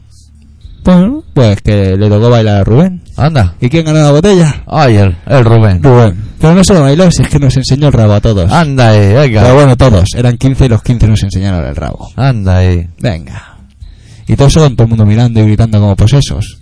Speaker 1: Bueno, pues que le tocó bailar a Rubén.
Speaker 2: Anda.
Speaker 1: ¿Y quién ganó la botella?
Speaker 2: Ay, el, el Rubén.
Speaker 1: Rubén. Pero no solo bailó, si es que nos enseñó el rabo a todos.
Speaker 2: Anda ahí,
Speaker 1: Pero
Speaker 2: Ah, venga.
Speaker 1: bueno, todos. Eran 15 y los 15 nos enseñaron el rabo.
Speaker 2: Anda ahí.
Speaker 1: Venga. Y todo eso con todo el mundo mirando y gritando como posesos.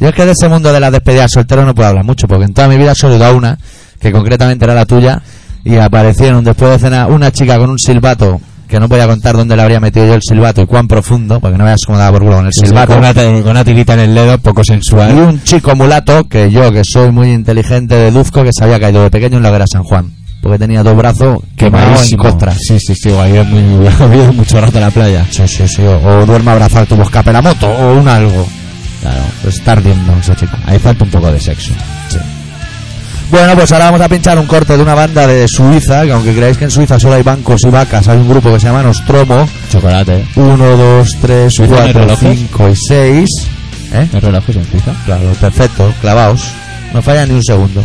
Speaker 2: Yo es que de ese mundo de las despedidas solteras no puedo hablar mucho, porque en toda mi vida solo he ido a una, que concretamente era la tuya, y aparecieron después de cenar una chica con un silbato, que no podía contar dónde le habría metido yo el silbato y cuán profundo, porque no veas cómo daba por culo con el silbato.
Speaker 1: Pues Con una, te- con una tirita en el dedo, poco
Speaker 2: Y
Speaker 1: sensual.
Speaker 2: un chico mulato, que yo, que soy muy inteligente, deduzco que se había caído de pequeño en la hoguera San Juan, porque tenía dos brazos quemados en
Speaker 1: Quemadísimo.
Speaker 2: costras.
Speaker 1: Sí, sí, sí. guay, es muy- [LAUGHS] Ha habido mucho rato en la playa.
Speaker 2: Sí, sí, sí, o, o duerme abrazado tu escape la moto, o un algo.
Speaker 1: Claro. pues
Speaker 2: Lo está ardiendo ese chico.
Speaker 1: Ahí falta un poco de sexo.
Speaker 2: Bueno, pues ahora vamos a pinchar un corte de una banda de Suiza, que aunque creáis que en Suiza solo hay bancos y vacas, hay un grupo que se llama Nostromo.
Speaker 1: Chocolate. ¿eh?
Speaker 2: 1, 2, 3,
Speaker 1: ¿Suiza tiene
Speaker 2: 4,
Speaker 1: relojes?
Speaker 2: 5 y 6. ¿Eh?
Speaker 1: ¿El reloj es en Suiza?
Speaker 2: Claro, perfecto, clavaos. No falla ni un segundo.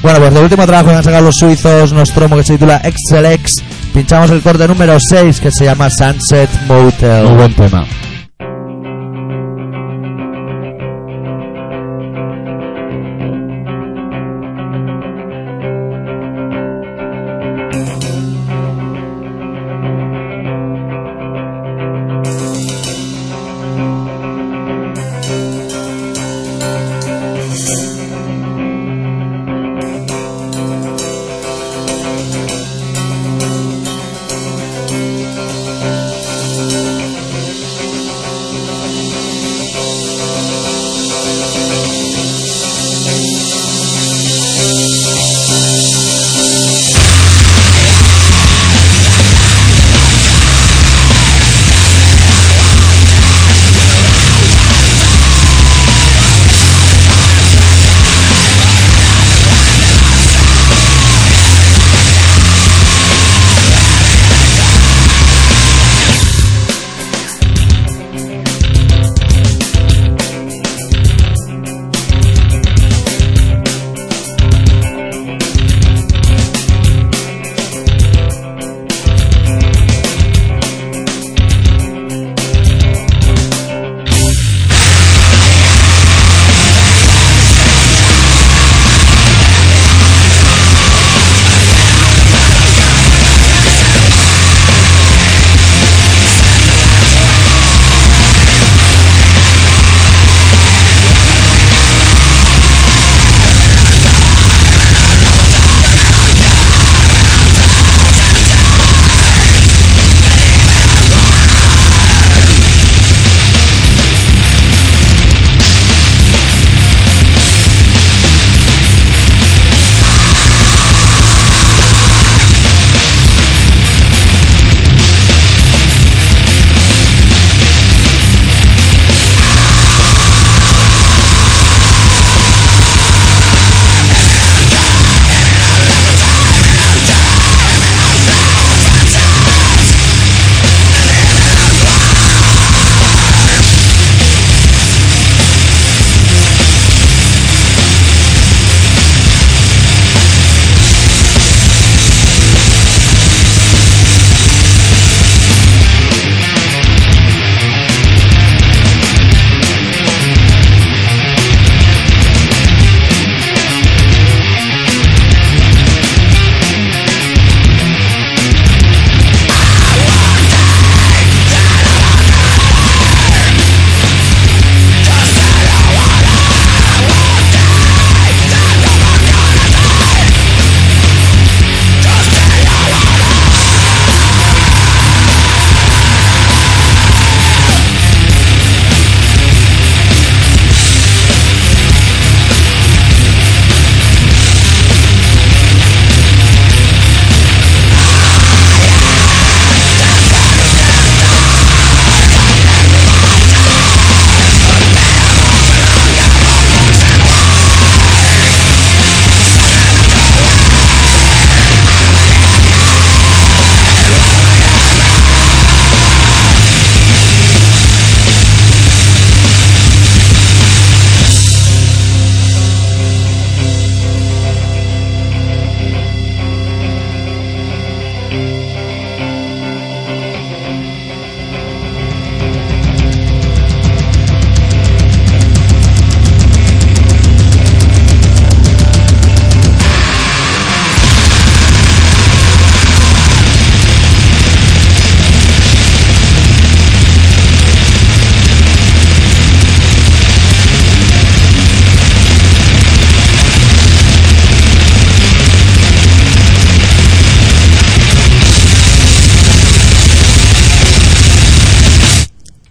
Speaker 2: Bueno, pues del último trabajo que han sacado los suizos, Nostromo, que se titula Excel X, pinchamos el corte número 6, que se llama Sunset Motel.
Speaker 1: Muy buen tema.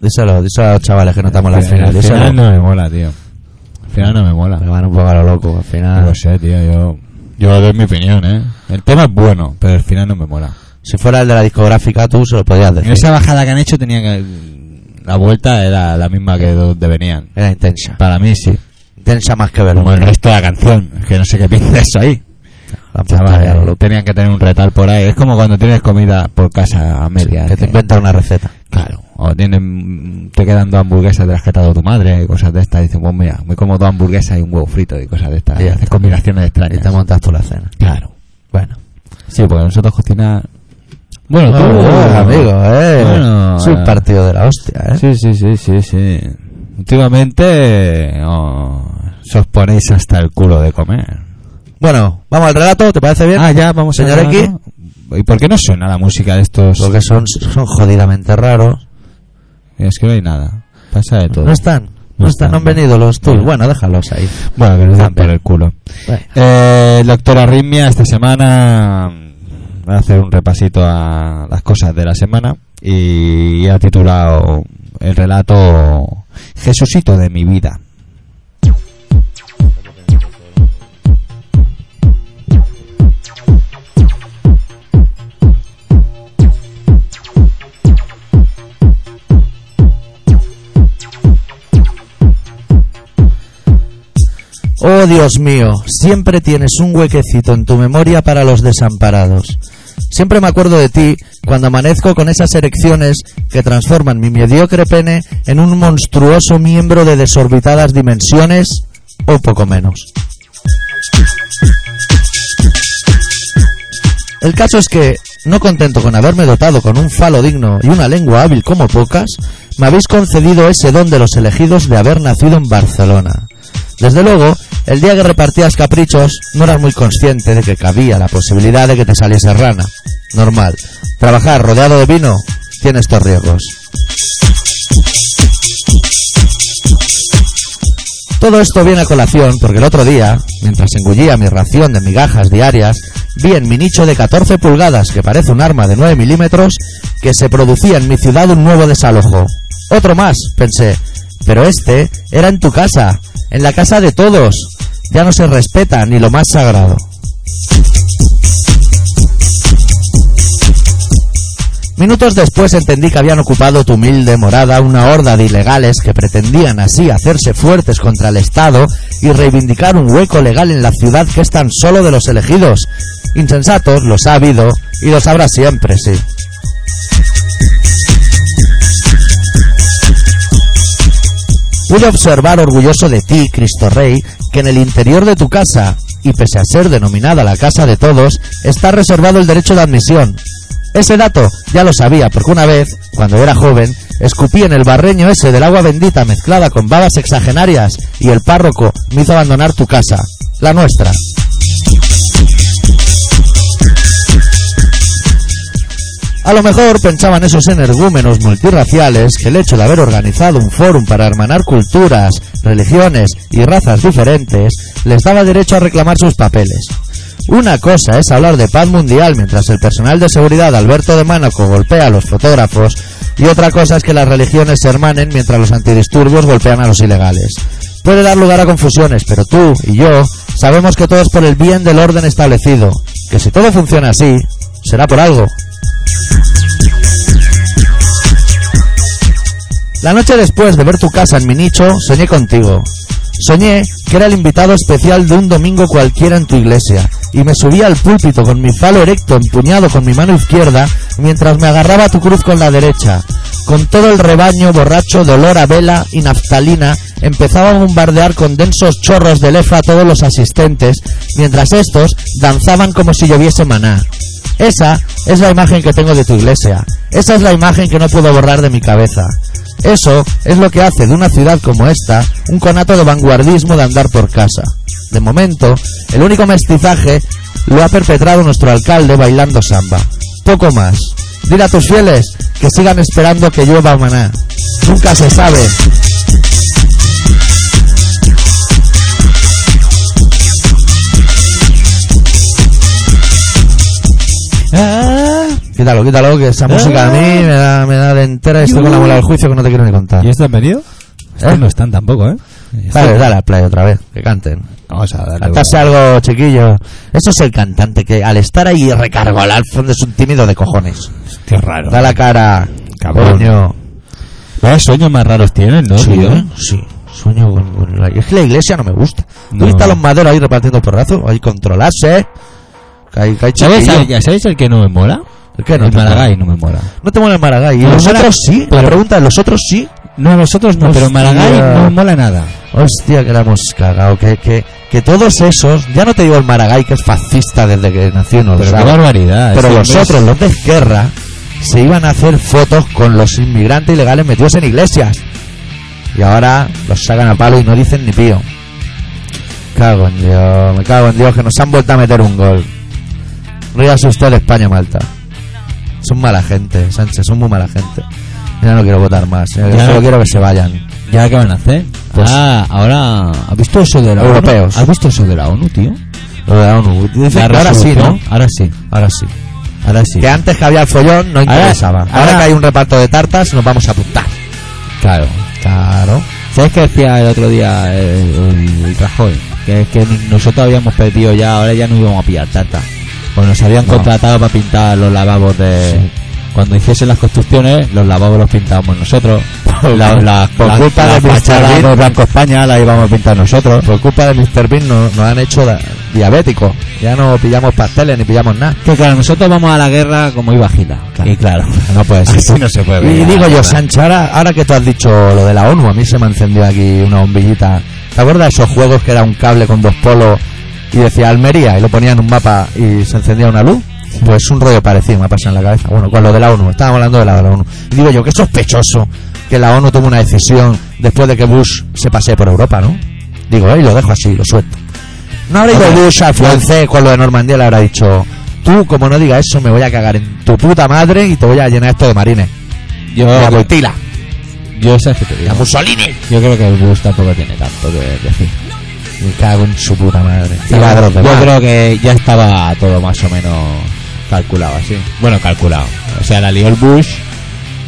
Speaker 2: díselo, díselo a los chavales que no estamos en la final.
Speaker 1: Al
Speaker 2: díselo.
Speaker 1: final no me mola, tío. Al final no me mola.
Speaker 2: Me van un poco a lo loco, al
Speaker 1: No
Speaker 2: final.
Speaker 1: lo sé, tío, yo... Yo doy mi opinión, ¿eh? El tema es bueno, pero al final no me mola.
Speaker 2: Si fuera el de la discográfica, tú se lo podías
Speaker 1: En
Speaker 2: decir.
Speaker 1: esa bajada que han hecho tenía que... La vuelta era la misma que donde venían.
Speaker 2: Era intensa.
Speaker 1: Para mí sí.
Speaker 2: Intensa más que verlo.
Speaker 1: Como el resto de la canción. Es que no sé qué pinta eso ahí.
Speaker 2: La
Speaker 1: Chavales,
Speaker 2: pantalla, lo loco.
Speaker 1: tenían que tener un retal por ahí. Es como cuando tienes comida por casa a media.
Speaker 2: Que te inventa una receta.
Speaker 1: Claro. O tienen, te quedan dos hamburguesas de las que te ha dado tu madre y cosas de estas. Y dicen, pues mira, me como dos hamburguesas y un huevo frito y cosas de estas.
Speaker 2: Y
Speaker 1: Y
Speaker 2: ya
Speaker 1: haces
Speaker 2: está.
Speaker 1: combinaciones
Speaker 2: Y
Speaker 1: extrañas.
Speaker 2: te montas tú la cena.
Speaker 1: Claro.
Speaker 2: Bueno.
Speaker 1: Sí, porque nosotros cocinar... Bueno,
Speaker 2: Bueno, amigo, eh.
Speaker 1: Bueno,
Speaker 2: es un
Speaker 1: eh.
Speaker 2: partido de la hostia, eh.
Speaker 1: Sí, sí, sí, sí, sí. Últimamente oh, se os ponéis hasta el culo de comer.
Speaker 2: Bueno, vamos al relato, ¿te parece bien?
Speaker 1: Ah, ya, vamos
Speaker 2: Señor
Speaker 1: a
Speaker 2: X.
Speaker 1: ¿Y por qué no suena la música de estos?
Speaker 2: Porque son, son jodidamente raros.
Speaker 1: Es que no hay nada. Pasa de todo.
Speaker 2: No están. No,
Speaker 1: No
Speaker 2: están,
Speaker 1: están,
Speaker 2: no han
Speaker 1: no.
Speaker 2: venido los tools.
Speaker 1: Bueno.
Speaker 2: Bueno, déjalos ahí.
Speaker 1: Bueno, que nos dan por el culo.
Speaker 2: Bueno.
Speaker 1: Eh, doctor Arritmia, esta semana mm, va a hacer un repasito a las cosas de la semana y ha titulado el relato Jesucito de mi vida.
Speaker 2: Oh Dios mío, siempre tienes un huequecito en tu memoria para los desamparados. Siempre me acuerdo de ti cuando amanezco con esas erecciones que transforman mi mediocre pene en un monstruoso miembro de desorbitadas dimensiones o poco menos. El caso es que, no contento con haberme dotado con un falo digno y una lengua hábil como pocas, me habéis concedido ese don de los elegidos de haber nacido en Barcelona. Desde luego, el día que repartías caprichos, no eras muy consciente de que cabía la posibilidad de que te saliese rana. Normal. Trabajar rodeado de vino tiene estos riesgos. Todo esto viene a colación porque el otro día, mientras engullía mi ración de migajas diarias, vi en mi nicho de 14 pulgadas, que parece un arma de 9 milímetros, que se producía en mi ciudad un nuevo desalojo. Otro más, pensé, pero este era en tu casa, en la casa de todos. Ya no se respeta ni lo más sagrado. Minutos después entendí que habían ocupado tu humilde morada una horda de ilegales que pretendían así hacerse fuertes contra el Estado y reivindicar un hueco legal en la ciudad que es tan solo de los elegidos. Insensatos los ha habido y los habrá siempre, sí. Pude observar orgulloso de ti, Cristo Rey, que en el interior de tu casa, y pese a ser denominada la casa de todos, está reservado el derecho de admisión. Ese dato ya lo sabía, porque una vez, cuando era joven, escupí en el barreño ese del agua bendita mezclada con babas exagenarias y el párroco me hizo abandonar tu casa, la nuestra. A lo mejor pensaban esos energúmenos multirraciales que el hecho de haber organizado un fórum para hermanar culturas, religiones y razas diferentes les daba derecho a reclamar sus papeles. Una cosa es hablar de paz mundial mientras el personal de seguridad Alberto de Mánaco golpea a los fotógrafos y otra cosa es que las religiones se hermanen mientras los antidisturbios golpean a los ilegales. Puede dar lugar a confusiones, pero tú y yo sabemos que todo es por el bien del orden establecido, que si todo funciona así, será por algo. La noche después de ver tu casa en mi nicho, soñé contigo. Soñé que era el invitado especial de un domingo cualquiera en tu iglesia, y me subía al púlpito con mi falo erecto empuñado con mi mano izquierda, mientras me agarraba a tu cruz con la derecha. Con todo el rebaño borracho de olor a vela y naftalina, empezaba a bombardear con densos chorros de lefa a todos los asistentes, mientras estos danzaban como si lloviese maná. Esa es la imagen que tengo de tu iglesia. Esa es la imagen que no puedo borrar de mi cabeza. Eso es lo que hace de una ciudad como esta un conato de vanguardismo de andar por casa. De momento, el único mestizaje lo ha perpetrado nuestro alcalde bailando samba. Poco más. Dile a tus fieles que sigan esperando que llueva maná. Nunca se sabe.
Speaker 1: Ah, Ah,
Speaker 2: ¿Qué Quítalo, quítalo, que esa música a mí me da, me da de entera. Estoy con la bola del juicio que no te quiero ni contar.
Speaker 1: ¿Y estos han venido? Estos
Speaker 2: ¿Eh?
Speaker 1: no están tampoco, ¿eh?
Speaker 2: Dale, dale a play otra vez, que canten.
Speaker 1: Vamos a darle.
Speaker 2: Cantarse algo, chiquillo. Eso es el cantante que al estar ahí recargo al fondo es un tímido de cojones.
Speaker 1: Qué raro.
Speaker 2: Da la cara,
Speaker 1: Cabrón.
Speaker 2: coño.
Speaker 1: Vaya sueños más raros tienen, ¿no,
Speaker 2: sí,
Speaker 1: tío?
Speaker 2: ¿eh? sí. Sueño con, con la... Es que la iglesia no me gusta.
Speaker 1: No.
Speaker 2: ¿Dónde están los maderos ahí repartiendo porrazos? Ahí controlarse. Que hay, que hay
Speaker 1: ¿Sabes,
Speaker 2: chiquillo.
Speaker 1: al- ya ¿Sabéis el que no me mola?
Speaker 2: ¿El qué no
Speaker 1: el
Speaker 2: te
Speaker 1: Maragall no me mola.
Speaker 2: No te mola el Maragall. ¿Y
Speaker 1: Pero
Speaker 2: los
Speaker 1: Mara-
Speaker 2: otros sí? La
Speaker 1: pero-
Speaker 2: pregunta es, ¿los otros sí?
Speaker 1: No, nosotros no, pero
Speaker 2: Hostia.
Speaker 1: Maragall no me mola nada.
Speaker 2: Hostia, que la hemos cagado. Que, que, que todos esos... Ya no te digo el Maragall, que es fascista desde que nació. No lo
Speaker 1: Pues Pero qué
Speaker 2: sabe.
Speaker 1: barbaridad.
Speaker 2: Pero
Speaker 1: este
Speaker 2: los
Speaker 1: hombre es-
Speaker 2: otros, los de Esquerra, se iban a hacer fotos con los inmigrantes ilegales metidos en iglesias. Y ahora los sacan a palo y no dicen ni pío. Cago en Dios, me cago en Dios que nos han vuelto a meter un gol. Ríase usted de España-Malta. Son mala gente, Sánchez, son muy mala gente. Ya no quiero votar más, eh,
Speaker 1: Ya.
Speaker 2: solo quiero que se vayan.
Speaker 1: ¿Ya qué van a hacer?
Speaker 2: Pues-
Speaker 1: ah, ahora... ¿Has visto eso de la
Speaker 2: Europeos.
Speaker 1: ONU? ¿Has visto eso de la ONU, tío?
Speaker 2: Lo de la ONU. Dicen
Speaker 1: La
Speaker 2: que ahora sí,
Speaker 1: resolución,
Speaker 2: ¿no?
Speaker 1: Ahora sí.
Speaker 2: Ahora sí.
Speaker 1: Ahora sí.
Speaker 2: Que antes que había el follón no
Speaker 1: Ahora-
Speaker 2: interesaba. Ahora,
Speaker 1: ahora-
Speaker 2: que hay un reparto de tartas nos vamos a apuntar.
Speaker 1: Claro.
Speaker 2: Claro.
Speaker 1: ¿Sabes qué decía el otro día el, el Rajoy? Que es que nosotros habíamos pedido ya, ahora ya no íbamos a pillar tata. Pues nos habían
Speaker 2: No.
Speaker 1: contratado para pintar los lavabos de...
Speaker 2: Sí.
Speaker 1: Cuando hiciesen las construcciones, los lavabos los pintábamos nosotros. La, la,
Speaker 2: [LAUGHS] Por
Speaker 1: la-
Speaker 2: culpa
Speaker 1: la
Speaker 2: de Mr.
Speaker 1: fachada
Speaker 2: Bean.
Speaker 1: de Blanco España la íbamos a pintar nosotros.
Speaker 2: Por culpa de Mr. Bean no- nos, han hecho da- diabéticos. Ya no pillamos pasteles ni pillamos nada.
Speaker 1: Que claro, nosotros vamos a la guerra como iba bajita. Y claro,
Speaker 2: No puede ser.
Speaker 1: así no se puede.
Speaker 2: Y
Speaker 1: ver.
Speaker 2: digo yo, Sancho, ahora, ahora que tú has dicho lo de la ONU, a mí se me ha encendido aquí una bombillita. ¿Te acuerdas de esos juegos que era un cable con dos polos y decía Almería y lo ponían en un mapa y se encendía una luz? Pues un rollo parecido me ha pasado en la cabeza. Bueno, con lo de la ONU, estábamos hablando de la, de la ONU. Y digo yo, qué sospechoso que la ONU tome una decisión después de que Bush se pasee por Europa, ¿no? Digo, eh, y lo dejo así, lo suelto. No habrá ido
Speaker 1: Hombre,
Speaker 2: Bush al francés con lo de Normandía, le habrá dicho, tú como no digas eso me voy a cagar en tu puta madre y te voy a llenar esto de marines.
Speaker 1: yo,
Speaker 2: de la boitila.
Speaker 1: yo sabes que te digo.
Speaker 2: Ah, Mussolini.
Speaker 1: Yo creo que el Bush tampoco tiene tanto que decir.
Speaker 2: Me cago en su puta madre. Y la de
Speaker 1: yo
Speaker 2: los demás.
Speaker 1: creo que ya estaba todo más o menos calculado así. Bueno, calculado. O sea, la lió el Bush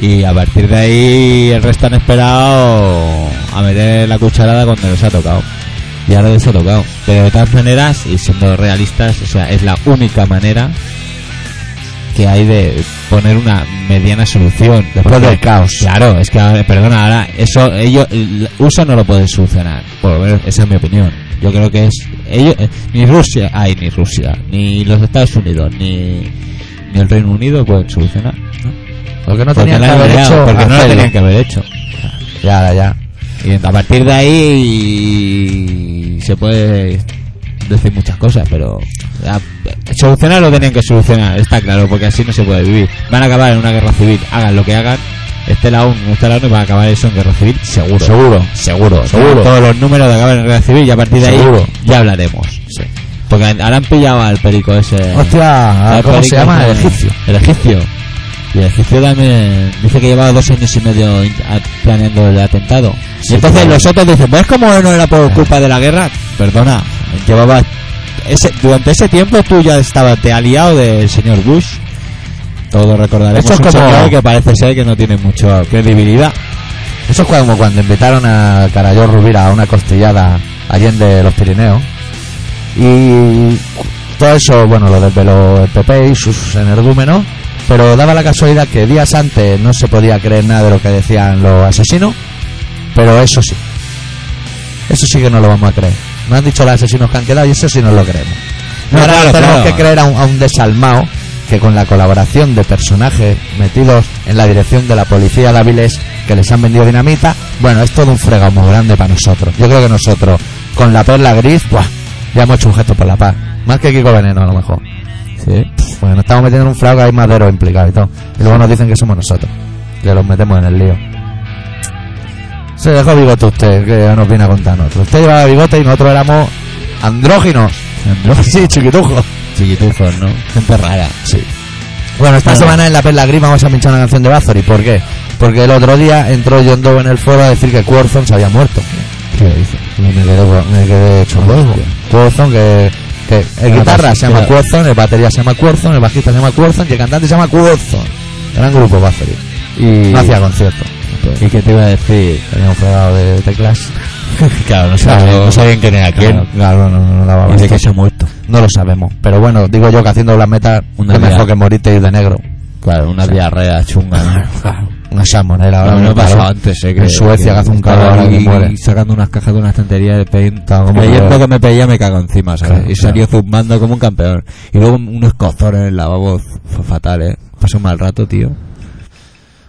Speaker 1: y a partir de ahí el resto han esperado a meter la cucharada cuando les ha tocado. Y ahora les ha tocado. Pero de todas maneras, y siendo realistas, o sea, es la única manera que hay de poner una mediana solución.
Speaker 2: Después
Speaker 1: Porque-
Speaker 2: del caos.
Speaker 1: Claro, es que ahora, perdona, ahora eso ellos el USA no lo puede solucionar. Por lo menos esa es mi opinión. Yo creo que es ellos eh, ni Rusia, ay, ni Rusia, ni los Estados Unidos, ni ni el Reino Unido pueden solucionar. ¿no?
Speaker 2: Porque no
Speaker 1: Porque
Speaker 2: tenían
Speaker 1: la
Speaker 2: que
Speaker 1: han
Speaker 2: haber
Speaker 1: liado,
Speaker 2: hecho.
Speaker 1: porque no lo
Speaker 2: hacerlo.
Speaker 1: tenían que haber hecho.
Speaker 2: Ya, ya, ya.
Speaker 1: Y a partir de ahí se puede decir muchas cosas, pero ah, solucionar lo tenían que solucionar, está claro, porque así no se puede vivir. Van a acabar en una guerra civil, hagan lo que hagan, esté la ONU, no esté la ONU, van a acabar eso en guerra civil, seguro.
Speaker 2: Pues Seguro.
Speaker 1: Seguro,
Speaker 2: Seguro.
Speaker 1: Todos los números de acabar en guerra civil y a partir de ahí
Speaker 2: Seguro.
Speaker 1: ya hablaremos. Porque ahora han pillado al perico ese.
Speaker 2: Hostia,
Speaker 1: al
Speaker 2: Ah, ¿cómo se
Speaker 1: perico
Speaker 2: llama? Eh, El
Speaker 1: ese-
Speaker 2: egipcio.
Speaker 1: El egipcio. Y el egipcio también dice que llevaba dos años y medio in- a- planeando el atentado. y entonces
Speaker 2: claro.
Speaker 1: los otros dicen, ¿ves cómo no era por culpa de la guerra? Perdona, llevaba... Ese, durante ese tiempo tú ya estabas te aliado del señor Bush. Todos recordaremos
Speaker 2: Eso es
Speaker 1: un
Speaker 2: como-
Speaker 1: señor que parece ser que no tiene mucha credibilidad.
Speaker 2: Eso es como cuando invitaron a Carayol Rubira a una costillada allende los Pirineos. Y todo eso, bueno, lo desveló el PP y sus energúmenos. Pero daba la casualidad que días antes no se podía creer nada de lo que decían los asesinos. Pero eso sí. Eso sí que no lo vamos a creer. No han dicho los asesinos que han quedado y eso sí no lo creemos.
Speaker 1: No,
Speaker 2: Ahora
Speaker 1: claro,
Speaker 2: tenemos
Speaker 1: claro.
Speaker 2: que creer a un, a un desalmado que con la colaboración de personajes metidos en la dirección de la policía de Avilés que les han vendido dinamita, bueno, es todo un fregado muy grande para nosotros. Yo creo que nosotros, con la perla gris, ¡buah! ya hemos hecho un gesto por la paz. Más que Kiko Veneno, a lo mejor.
Speaker 1: Sí.
Speaker 2: Pff, Bueno, estamos metiendo en un fraude que hay madero implicado y todo. Y luego nos dicen que somos nosotros. Que los metemos en el lío. Se dejó bigote usted, que nos viene a contar nosotros. Usted llevaba bigote y nosotros éramos andróginos. [LAUGHS] Sí, chiquitujos.
Speaker 1: Chiquitujos, ¿no? Gente rara.
Speaker 2: Sí. Bueno, esta
Speaker 1: Bueno.
Speaker 2: semana en la Perla Gris vamos a pinchar una canción de Bathory. ¿Por qué? Porque el otro día entró John Doe en el foro a decir que Cuarzon se había muerto.
Speaker 1: ¿Qué dice?
Speaker 2: Y me quedé, me quedé hecho un huevo. Cuarzon, que Que el
Speaker 1: Nada
Speaker 2: guitarra
Speaker 1: más,
Speaker 2: se llama
Speaker 1: claro.
Speaker 2: Cuarzón, el batería se llama Cuarzón, el bajista se llama Cuarzón y el cantante se llama Cuarzón. Gran grupo Bathory.
Speaker 1: Y,
Speaker 2: No hacía concierto.
Speaker 1: ¿Y qué te iba a decir?
Speaker 2: Tenía un fregado de teclas.
Speaker 1: [LAUGHS] claro, no
Speaker 2: sabía- no sabían
Speaker 1: quién era
Speaker 2: Claro, claro, no, no, no daba
Speaker 1: Y de
Speaker 2: abasto.
Speaker 1: que se ha muerto.
Speaker 2: No lo sabemos. Pero bueno, digo yo que haciendo las metas
Speaker 1: Una
Speaker 2: es
Speaker 1: vida.
Speaker 2: mejor que morirte y ir de negro.
Speaker 1: Claro, una diarrea chunga. [LAUGHS] ¿no?
Speaker 2: Una salmonera ahora.
Speaker 1: No, no
Speaker 2: mismo,
Speaker 1: ha pasado
Speaker 2: claro.
Speaker 1: antes, eh,
Speaker 2: En Suecia que hace un
Speaker 1: estaba
Speaker 2: calor ahora que
Speaker 1: ahí
Speaker 2: muere.
Speaker 1: sacando unas cajas de una estantería de peinta.
Speaker 2: como
Speaker 1: Leyendo
Speaker 2: que-
Speaker 1: que me peía me cago encima, ¿sabes?
Speaker 2: Claro,
Speaker 1: y salió zumbando como un campeón. Y luego unos cozones en el lavabo fue fatal, ¿eh? Pasó un mal rato, tío.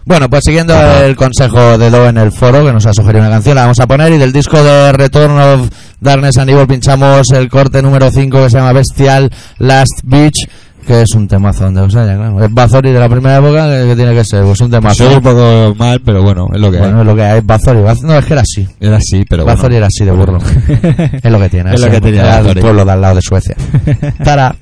Speaker 2: Bueno, pues siguiendo
Speaker 1: Ajá.
Speaker 2: el consejo de Do en el foro, que nos ha sugerido una canción, la vamos a poner. Y del disco de Return of Darkness and Evil pinchamos el corte número 5 que se llama Bestial Last Beach, que es un temazo donde os haya, claro. Es Bazori de la primera época, que que tiene que ser, pues un
Speaker 1: Pasó
Speaker 2: temazo.
Speaker 1: un poco mal, pero bueno, es lo que
Speaker 2: Bueno, es lo que hay, Bazori. Baz- No, es que era así.
Speaker 1: era así, pero bueno.
Speaker 2: Bazori era así de
Speaker 1: [LAUGHS]
Speaker 2: burro. es lo que tiene.
Speaker 1: Es lo
Speaker 2: así,
Speaker 1: que tenía
Speaker 2: Era del
Speaker 1: Bathory.
Speaker 2: pueblo de al lado de Suecia.
Speaker 1: [LAUGHS]
Speaker 2: Tara.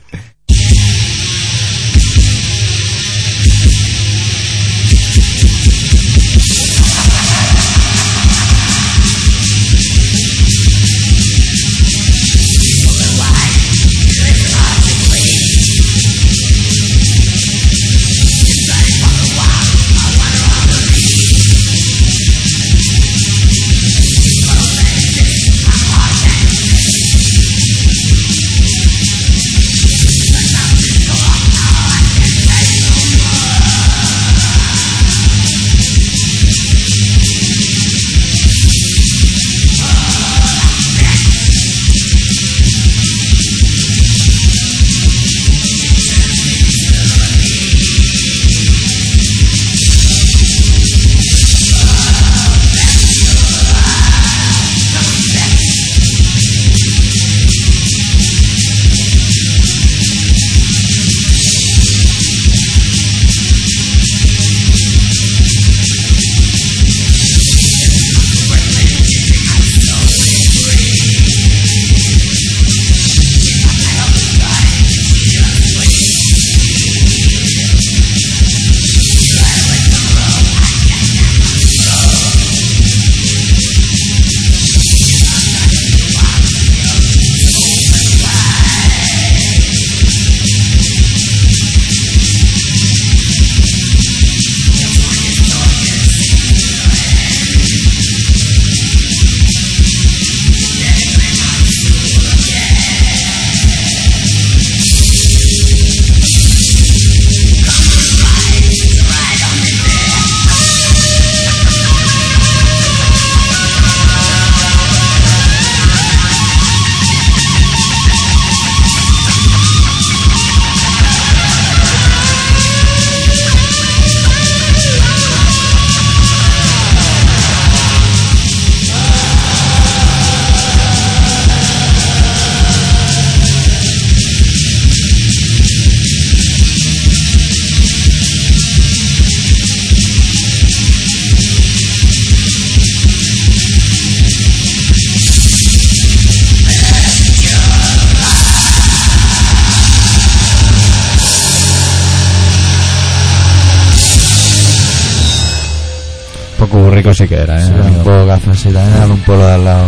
Speaker 1: poco burrico sí que era, ¿eh?
Speaker 2: Era un poco café, también era de un pueblo de al lado.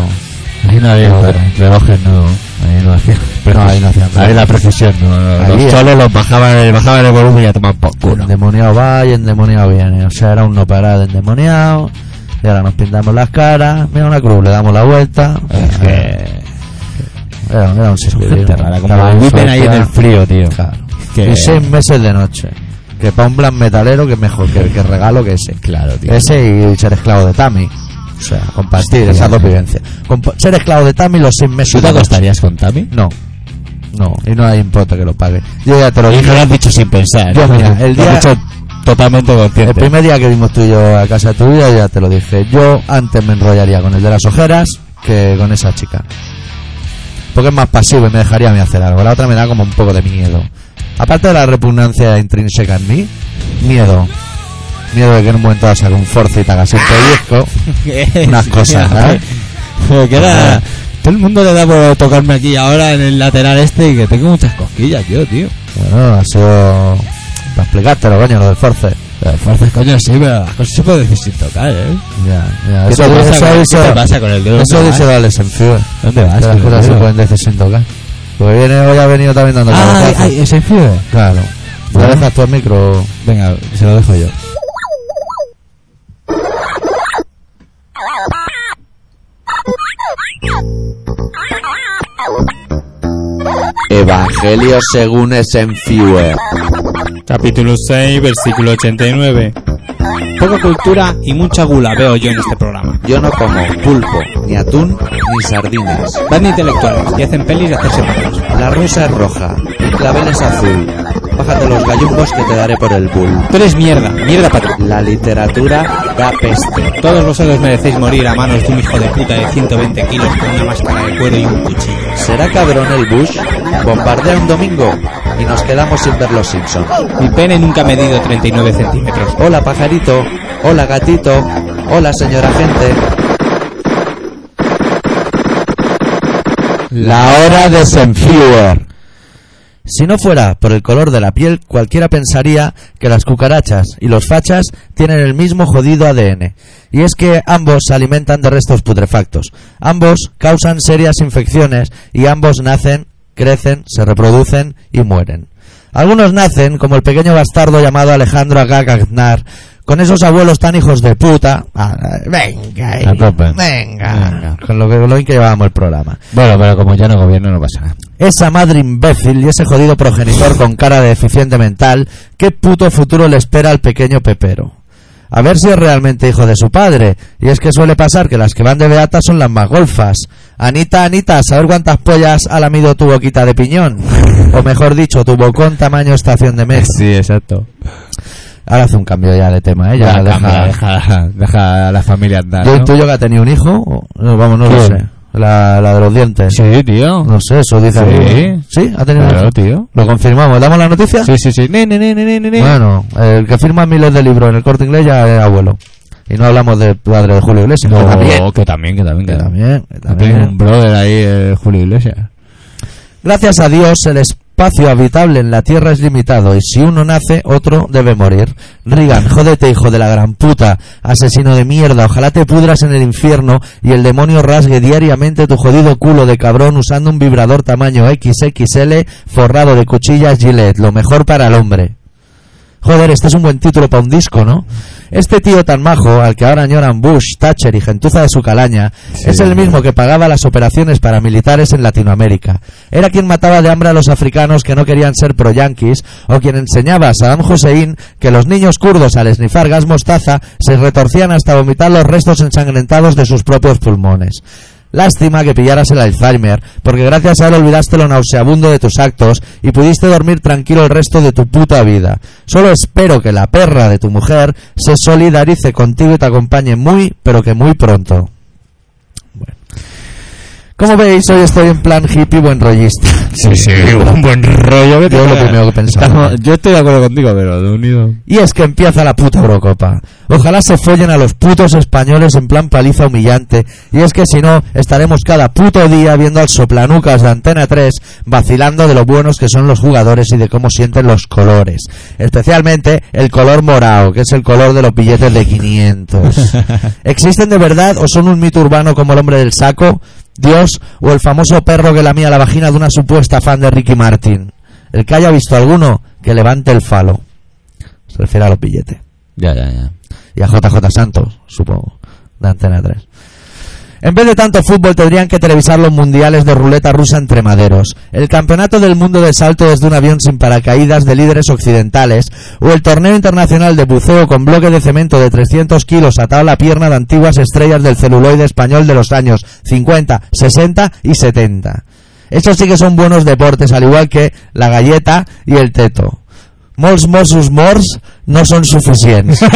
Speaker 1: Ahí no había
Speaker 2: Joder.
Speaker 1: relojes, no. Ahí [LAUGHS] no hacían.
Speaker 2: No, ahí no hacían.
Speaker 1: Ahí la precisión, no, no,
Speaker 2: Ahí, eh.
Speaker 1: los choles los bajaban, bajaban el volumen y a tomar por culo.
Speaker 2: Endemoniado va y endemoniado viene. O sea, era un no parar de endemoniado. Y ahora nos pintamos las caras. Mira una cruz, le damos la vuelta.
Speaker 1: Es que...
Speaker 2: Era, era un
Speaker 1: Son
Speaker 2: circo.
Speaker 1: gente rara, como
Speaker 2: Estaba en
Speaker 1: viven ahí en
Speaker 2: Suecia.
Speaker 1: el frío, tío.
Speaker 2: Claro.
Speaker 1: Que-
Speaker 2: Y seis meses de noche. Que para un plan metalero que mejor, que, que regalo que ese.
Speaker 1: Claro, tío.
Speaker 2: Ese y ser esclavo de Tami. O sea, compartir
Speaker 1: Hostia.
Speaker 2: esas dos vivencias. Compa- ser esclavo de Tami los seis meses
Speaker 1: ¿Tú te
Speaker 2: de noche.
Speaker 1: acostarías con Tami?
Speaker 2: No. No, y no hay importa que lo pague. Yo ya te lo
Speaker 1: Y
Speaker 2: dije.
Speaker 1: no lo has dicho sin pensar.
Speaker 2: Yo,
Speaker 1: ¿no?
Speaker 2: mira, el
Speaker 1: Lo has
Speaker 2: día-
Speaker 1: dicho totalmente
Speaker 2: El
Speaker 1: consciente.
Speaker 2: primer día que vimos tú y yo a casa tuya, ya te lo dije. Yo antes me enrollaría con el de las ojeras que con esa chica. Porque es más pasivo y me dejaría a mí hacer algo. La otra me da como un poco de miedo. Aparte de la repugnancia intrínseca en mí, miedo. Miedo de que en un momento dado saque un force y te hagas un pellizco.
Speaker 1: [LAUGHS]
Speaker 2: unas cosas, ¿sabes?
Speaker 1: Pero que era... Todo el mundo le da por tocarme aquí ahora en el lateral este y que tengo muchas cosquillas, yo, tío.
Speaker 2: Bueno, ha sido. Para explicártelo, coño, lo del force.
Speaker 1: Pero fuerzas, coño, sí, pero las cosas se pueden decir sin tocar, ¿eh?
Speaker 2: Ya, ya.
Speaker 1: ¿Qué
Speaker 2: Ah, Eso,
Speaker 1: te pasa
Speaker 2: eso,
Speaker 1: con-
Speaker 2: eso-
Speaker 1: ¿Qué te pasa con el eh? dedo?
Speaker 2: eso
Speaker 1: ¿Dónde
Speaker 2: dice
Speaker 1: vas?
Speaker 2: Alex en Fibre.
Speaker 1: ¿Dónde
Speaker 2: Que
Speaker 1: vas?
Speaker 2: Las
Speaker 1: tío?
Speaker 2: cosas se pueden decir sin tocar. Porque viene hoy ha venido también dando
Speaker 1: Ah,
Speaker 2: cabezazos.
Speaker 1: ay, ese frío.
Speaker 2: Claro. ¿Te
Speaker 1: Bueno.
Speaker 2: dejas tú el micro?
Speaker 1: Venga, se lo dejo yo.
Speaker 2: Evangelio según es en Fiue.
Speaker 3: Capítulo 6, versículo 89. Poca cultura y mucha gula veo yo en este programa.
Speaker 2: Yo no como pulpo, ni atún, ni sardinas.
Speaker 3: Van de intelectuales y hacen pelis de hacerse pajas.
Speaker 2: La rosa es roja, el clavel es azul. Bájate los gallumbos que te daré por el bull.
Speaker 3: Tú eres mierda, mierda para ti.
Speaker 2: La literatura da peste.
Speaker 3: Todos vosotros merecéis morir a manos de un hijo de puta de 120 kilos con una máscara de cuero y un cuchillo.
Speaker 2: ¿Será cabrón el Bush? Bombardea un domingo y nos quedamos sin ver los Simpsons.
Speaker 3: Mi pene nunca ha medido 39 centímetros.
Speaker 2: Hola pajarito, hola gatito, hola señora gente. La hora de Senfuer. Si no fuera por el color de la piel, cualquiera pensaría que las cucarachas y los fachas tienen el mismo jodido ADN. Y es que ambos se alimentan de restos putrefactos. Ambos causan serias infecciones y ambos nacen, crecen, se reproducen y mueren. Algunos nacen, como el pequeño bastardo llamado Alejandro Agag Aznar, con esos abuelos tan hijos de puta. Ah, venga, eh,
Speaker 1: A tope.
Speaker 2: venga, con lo que, con lo bien que llevábamos el programa.
Speaker 1: Bueno, pero como ya no gobierno no pasa nada.
Speaker 2: Esa madre imbécil y ese jodido progenitor con cara de deficiente mental, ¿qué puto futuro le espera al pequeño Pepero? A ver si es realmente hijo de su padre. Y es que suele pasar que las que van de beata son las más golfas. Anita, Anita, a saber cuántas pollas ha lamido tu boquita de piñón. O mejor dicho, tu bocón tamaño estación de mes.
Speaker 1: Eh, Sí, exacto.
Speaker 2: Ahora hace un cambio ya de tema, ¿eh? Ya
Speaker 1: Ya,
Speaker 2: lo deja-
Speaker 1: cambia, deja, deja, a la familia andar.
Speaker 2: Yo el
Speaker 1: ¿no?
Speaker 2: tuyo que ha tenido un hijo, o- no, vamos, no lo
Speaker 1: ¿Quién?
Speaker 2: sé. La, la de los dientes.
Speaker 1: Sí, tío.
Speaker 2: No sé, eso dice. alguno. Sí, ha tenido un hijo.
Speaker 1: Claro, tío.
Speaker 2: Lo confirmamos. ¿Damos la noticia?
Speaker 1: Sí, sí, sí. Ne, ne, ne, ne, ne, ne.
Speaker 2: Bueno, el que firma miles de libros en el corte inglés ya es abuelo. Y no hablamos del padre de Julio Iglesias. que también.
Speaker 1: No, que también, que también,
Speaker 2: Que
Speaker 1: que también.
Speaker 2: también, que
Speaker 1: También tiene un
Speaker 2: también.
Speaker 1: brother ahí, eh, Julio Iglesias.
Speaker 2: Gracias a Dios, el espacio habitable en la tierra es limitado. Y si uno nace, otro debe morir. Reagan, jódete, hijo de la gran puta. Asesino de mierda. Ojalá te pudras en el infierno y el demonio rasgue diariamente tu jodido culo de cabrón usando un vibrador tamaño XXL forrado de cuchillas Gillette. Lo mejor para el hombre. Joder, este es un buen título para un disco, ¿no? Este tío tan majo, al que ahora añoran Bush, Thatcher y gentuza de su calaña,
Speaker 1: Sí,
Speaker 2: es el
Speaker 1: hombre.
Speaker 2: mismo que pagaba las operaciones paramilitares en Latinoamérica. Era quien mataba de hambre a los africanos que no querían ser pro-yanquis, o quien enseñaba a Saddam Hussein que los niños kurdos al esnifar gas mostaza se retorcían hasta vomitar los restos ensangrentados de sus propios pulmones. Lástima que pillaras el Alzheimer, porque gracias a él olvidaste lo nauseabundo de tus actos y pudiste dormir tranquilo el resto de tu puta vida. Solo espero que la perra de tu mujer se solidarice contigo y te acompañe muy, pero que muy pronto. Bueno. Como veis, hoy estoy en plan hippie buen rollista.
Speaker 1: un buen rollo que
Speaker 2: Yo lo primero que pensaba.
Speaker 1: Estamos- yo estoy de acuerdo contigo, pero de unido.
Speaker 2: Y es que empieza la puta Eurocopa. Ojalá se follen a los putos españoles en plan paliza humillante. Y es que si no, estaremos cada puto día viendo al soplanucas de Antena 3 vacilando de lo buenos que son los jugadores y de cómo sienten los colores. Especialmente el color morado, que es el color de los billetes de 500. ¿Existen de verdad o son un mito urbano como el hombre del saco, Dios o el famoso perro que lamía la vagina de una supuesta fan de Ricky Martin? El que haya visto alguno, que levante el falo. Se refiere a los billetes.
Speaker 1: Ya, ya, ya.
Speaker 2: Y a JJ Santos, supongo, de Antena 3. En vez de tanto fútbol tendrían que televisar los mundiales de ruleta rusa entre maderos, el campeonato del mundo de salto desde un avión sin paracaídas de líderes occidentales, o el torneo internacional de buceo con bloque de cemento de 300 kilos atado a la pierna de antiguas estrellas del celuloide español de los años 50, 60 y 70. Estos sí que son buenos deportes, al igual que la galleta y el teto. Molts, molts, sus morts no son
Speaker 1: [LAUGHS]
Speaker 2: suficientes. [LAUGHS] I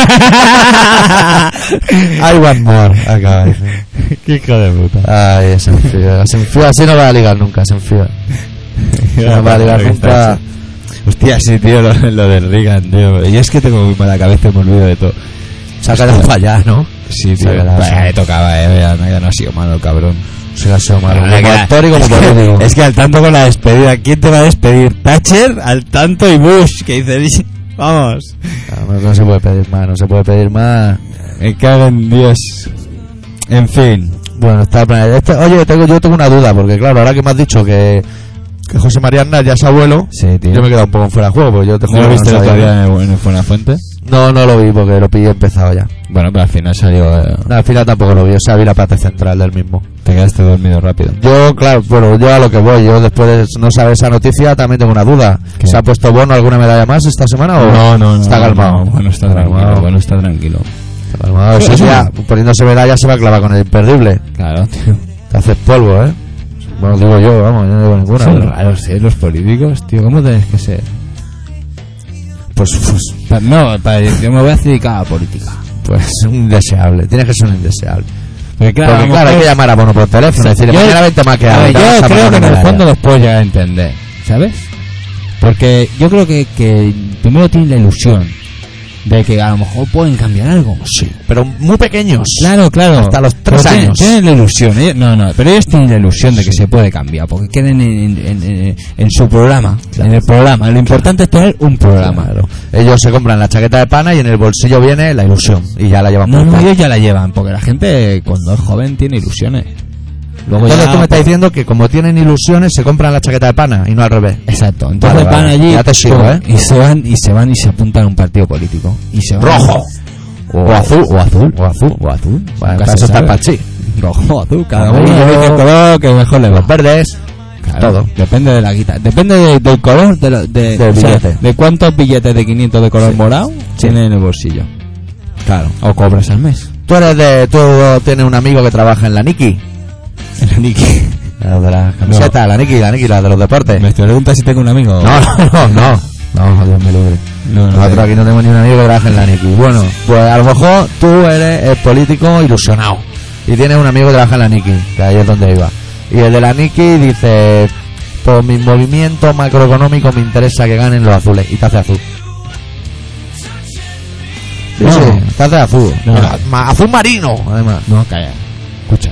Speaker 2: want more, acaba de decir.
Speaker 1: Qué hijo de puta.
Speaker 2: Ay, se enfía. Se enfía, así no va a ligar nunca, se enfía. Se no va a ligar nunca.
Speaker 1: Hostia, sí, tío, lo, lo de Reagan, tío. Y es que tengo muy mala cabeza y me olvido de todo.
Speaker 2: Se ha quedado para allá, ¿no?
Speaker 1: Sí,
Speaker 2: tío.
Speaker 1: tío.
Speaker 2: Bah, le
Speaker 1: tocaba, eh. no ha sido malo el cabrón.
Speaker 2: Se ha sido malo.
Speaker 1: Ah,
Speaker 2: Como
Speaker 1: que-
Speaker 2: actor y como
Speaker 1: [LAUGHS] es que-
Speaker 2: político.
Speaker 1: Es que al tanto con la despedida, ¿quién te va a despedir? ¿Thatcher? Al tanto y Bush, que dice, [LAUGHS] vamos.
Speaker 2: Ah, No, no se puede pedir más, no se puede pedir más.
Speaker 1: Me cago en Dios. En fin.
Speaker 2: Bueno, está plan- este- oye, tengo, yo tengo una duda, porque claro, ahora que me has dicho que, que José María Aznar ya es abuelo.
Speaker 1: Sí, tío.
Speaker 2: Yo me he quedado un poco fuera de juego, porque yo te
Speaker 1: ¿No
Speaker 2: juro
Speaker 1: lo
Speaker 2: que
Speaker 1: viste ¿eh? el
Speaker 2: no
Speaker 1: otro
Speaker 2: sabía.
Speaker 1: día en, en Fuente?
Speaker 2: No, no lo vi porque lo pillé empezado ya.
Speaker 1: Bueno, pero al final salió. eh,
Speaker 2: No, al final tampoco lo vi, o sea, vi la parte central del mismo.
Speaker 1: te quedaste dormido rápido.
Speaker 2: Yo, claro, bueno, yo a lo que voy, yo después de no saber esa noticia también tengo una duda.
Speaker 1: ¿Qué?
Speaker 2: ¿Se ha puesto Bono alguna medalla más esta semana o Está calmado.
Speaker 1: Bueno, está tranquilo.
Speaker 2: Calmado.
Speaker 1: Bueno, está tranquilo.
Speaker 2: Está calmado. Ese
Speaker 1: Sí,
Speaker 2: día, poniéndose medalla se va a clavar con el imperdible.
Speaker 1: Claro, tío.
Speaker 2: Te haces polvo, ¿eh? Bueno, digo yo, vamos, yo no digo ninguna.
Speaker 1: Son
Speaker 2: pero-
Speaker 1: raros, ¿eh? Los políticos, tío. ¿Cómo tenés que ser?
Speaker 2: Pues, pues,
Speaker 1: Pa- No, pa- yo me voy a dedicar a la política.
Speaker 2: pues un indeseable, tienes que ser un indeseable.
Speaker 1: Porque claro, vamos,
Speaker 2: Porque
Speaker 1: pues,
Speaker 2: claro, hay que llamar a Bono por teléfono y decirle,
Speaker 1: Yo-
Speaker 2: mañana vente más que
Speaker 1: a
Speaker 2: ahora,
Speaker 1: ver,
Speaker 2: te vas a
Speaker 1: yo
Speaker 2: pagar
Speaker 1: creo que en
Speaker 2: una
Speaker 1: el
Speaker 2: medalla".
Speaker 1: fondo los puedo llegar a entender, ¿sabes? Porque yo creo que, que primero tienen la ilusión de que a lo mejor pueden cambiar algo.
Speaker 2: Sí, pero muy pequeños.
Speaker 1: Claro, claro.
Speaker 2: Hasta los
Speaker 1: Pero
Speaker 2: tres
Speaker 1: tienen-
Speaker 2: años.
Speaker 1: Tienen, la ilusión. ellos- no, no, pero ellos tienen la ilusión de que se puede cambiar, porque queden en, en- en- en su programa, en el programa. Lo importante es tener un programa.
Speaker 2: Claro. Ellos se compran la chaqueta de pana y en el bolsillo viene la ilusión. Y ya la llevan
Speaker 1: No, no,
Speaker 2: puesta.
Speaker 1: ellos ya la llevan, porque la gente cuando es joven tiene ilusiones. Luego
Speaker 2: Entonces
Speaker 1: ya-
Speaker 2: tú me estás diciendo que como tienen ilusiones se compran la chaqueta de pana y no al revés.
Speaker 1: Exacto, entonces
Speaker 2: Vale,
Speaker 1: van
Speaker 2: vale.
Speaker 1: allí
Speaker 2: Ya te sigo,
Speaker 1: pum,
Speaker 2: ¿eh?
Speaker 1: y se van y se van y se apuntan a un partido político y se van-
Speaker 2: O, azul. O azul. O azul.
Speaker 1: o azul,
Speaker 2: Vale,
Speaker 1: nunca
Speaker 2: para
Speaker 1: se
Speaker 2: eso está el
Speaker 1: sabe.
Speaker 2: Pachi.
Speaker 1: [LAUGHS] rojo o azul, cada uno
Speaker 2: Amarillo.
Speaker 1: elige el color que mejor le va.
Speaker 2: Los verdes.
Speaker 1: Claro,
Speaker 2: todo.
Speaker 1: Depende de la guita, depende de- del color de, lo- de,
Speaker 2: Del
Speaker 1: o sea,
Speaker 2: billete.
Speaker 1: de cuántos billetes de 500 de color morado tienen en el bolsillo. Claro, o cobras al mes.
Speaker 2: Tú eres de... Tú tienes un amigo que trabaja en la Niki. La de las camisetas, la Niki, la Niki, la de los deportes.
Speaker 1: Me preguntas si tengo un amigo.
Speaker 2: No, no, no, no. No, Dios me libre.
Speaker 1: No, no,
Speaker 2: Nosotros
Speaker 1: no.
Speaker 2: aquí no tenemos ni un amigo que trabaje en la Niki. Bueno, pues a lo mejor tú eres el político ilusionado. Y tienes un amigo que trabaja en la Niki, que ahí es donde iba. Y el de la Niki dice, por mis movimientos macroeconómicos me interesa que ganen los azules. Y te hace azul. Sí,
Speaker 1: No.
Speaker 2: sí, te hace azul.
Speaker 1: No.
Speaker 2: Mira, ma- azul marino, además.
Speaker 1: No, calla. Escucha.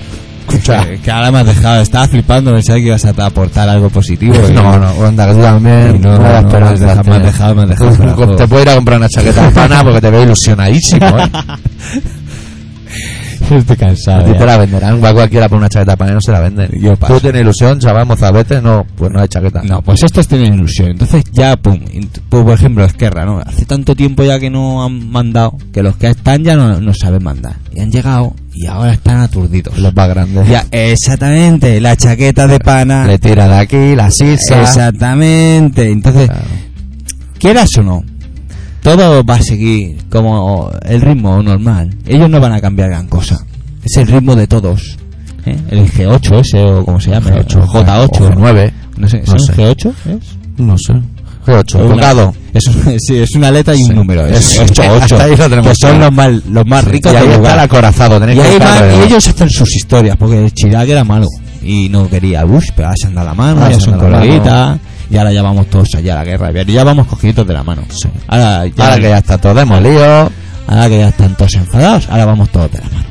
Speaker 2: Escucha.
Speaker 1: Que, que ahora me has dejado, estaba flipando, pensaba que ibas a aportar algo positivo. y-
Speaker 2: Eh, No, no, anda, que tú
Speaker 1: Ay,
Speaker 2: también.
Speaker 1: no,
Speaker 2: No,
Speaker 1: no,
Speaker 2: hay
Speaker 1: no,
Speaker 2: esperanza.
Speaker 1: me has dejado, me has
Speaker 2: tío.
Speaker 1: dejado, me has dejado fuera de juego.
Speaker 2: Te puedo ir a comprar una chaqueta de pana porque te veo ilusionadísimo.
Speaker 1: [LAUGHS]
Speaker 2: ¿eh?
Speaker 1: Estoy cansado.
Speaker 2: A ti
Speaker 1: ya.
Speaker 2: te la venderán, va cualquiera por una chaqueta de pana y no se la venden.
Speaker 1: Yo paso.
Speaker 2: Tú tienes ilusión, chaval, mozabete, no, pues no hay chaqueta.
Speaker 1: No, pues estos tienen ilusión. Entonces ya, pum, int- pues, por ejemplo, Esquerra, ¿no? Hace tanto tiempo ya que no han mandado, que los que están ya no, no saben mandar. Y han llegado y ahora están aturdidos.
Speaker 2: Los más grandes.
Speaker 1: Ya, exactamente, la chaqueta de pana.
Speaker 2: Le tira de aquí, la sisa.
Speaker 1: Exactamente. Entonces,
Speaker 2: Claro.
Speaker 1: quieras o no, todo va a seguir como el ritmo normal. Ellos no van a cambiar gran cosa. Es el ritmo de todos. ¿eh? El G8 ese o como se llama,
Speaker 2: G8,
Speaker 1: J8,
Speaker 2: o G9.
Speaker 1: No sé,
Speaker 2: No
Speaker 1: ¿son
Speaker 2: sé.
Speaker 1: G8? ¿Es?
Speaker 2: No sé. G8,
Speaker 1: Una-
Speaker 2: bocado.
Speaker 1: Es, un- [LAUGHS] sí, es una letra y un
Speaker 2: Sí.
Speaker 1: número. Es
Speaker 2: Es-
Speaker 1: 8,
Speaker 2: [LAUGHS] hasta ahí lo tenemos
Speaker 1: que son
Speaker 2: claro.
Speaker 1: los más, los más ricos
Speaker 2: y ahí
Speaker 1: del
Speaker 2: está el
Speaker 1: lugar.
Speaker 2: acorazado, tenéis
Speaker 1: Y
Speaker 2: que
Speaker 1: ahí
Speaker 2: buscarlo,
Speaker 1: van,
Speaker 2: ¿no?
Speaker 1: y ellos hacen sus historias, porque Chirac era malo y no quería a Bush, pero ahora se han dado la mano,
Speaker 2: Ahora
Speaker 1: ya
Speaker 2: se
Speaker 1: son
Speaker 2: han dado la mano.
Speaker 1: coleguitas, y ahora ya vamos todos allá a la guerra, y ya vamos cogiditos de la mano. Ahora, ya,
Speaker 2: Ahora que ya está todo demolido.
Speaker 1: ahora que ya están todos enfadados, ahora vamos todos de la mano.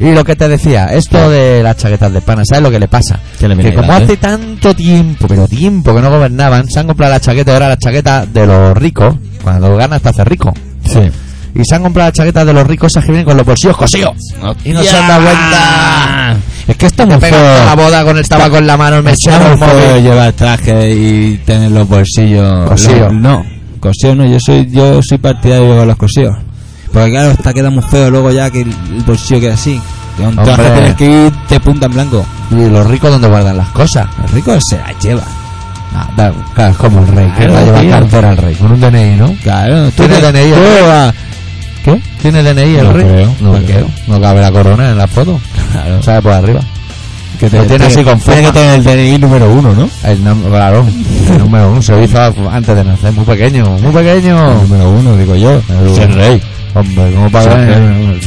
Speaker 2: Y lo que te decía, esto de las chaquetas de pana, ¿sabes lo que le pasa?
Speaker 1: Que le viene
Speaker 2: que como
Speaker 1: grande.
Speaker 2: hace tanto tiempo, pero tiempo que no gobernaban, se han comprado la chaqueta, ahora la chaqueta de los ricos, cuando ganas te hace rico.
Speaker 1: Sí.
Speaker 2: Y se han comprado las chaquetas de los ricos esas que vienen con los bolsillos cosidos. Y no se han dado cuenta.
Speaker 1: Es que esto
Speaker 2: Te
Speaker 1: me
Speaker 2: pegan toda la boda con el tabaco en la mano, el mechero, el
Speaker 1: Echamos fuego
Speaker 2: móvil.
Speaker 1: llevar traje y tener los bolsillos.
Speaker 2: Cosío.
Speaker 1: Los- no, cosío no, yo soy, yo soy partidario de los cosíos. Porque claro, está queda muy feo luego ya que el, el bolsillo queda así. Que un traje
Speaker 2: Hombre.
Speaker 1: tienes que ir de punta en blanco.
Speaker 2: Y los ricos donde guardan las cosas.
Speaker 1: Los ricos se las lleva.
Speaker 2: Ah, da- claro, es como el rey, que
Speaker 1: Claro,
Speaker 2: la lleva
Speaker 1: tío.
Speaker 2: cartera el rey, con un DNI, ¿no?
Speaker 1: Claro, tú
Speaker 2: Tiene
Speaker 1: te-
Speaker 2: DNI,
Speaker 1: tú
Speaker 2: ¿eh?
Speaker 1: vas- ¿Qué?
Speaker 2: ¿Tiene DNI el
Speaker 1: No
Speaker 2: rey?
Speaker 1: creo,
Speaker 2: no,
Speaker 1: no creo.
Speaker 2: no cabe la corona en la foto.
Speaker 1: Claro.
Speaker 2: Sale por arriba.
Speaker 1: Que
Speaker 2: lo tiene así con
Speaker 1: Tiene que
Speaker 2: forma.
Speaker 1: tener el DNI número uno, ¿no?
Speaker 2: El nom- claro, el número uno se hizo antes de nacer, muy pequeño, muy pequeño.
Speaker 1: número uno, digo yo.
Speaker 2: Ser
Speaker 1: rey.
Speaker 2: Hombre, como para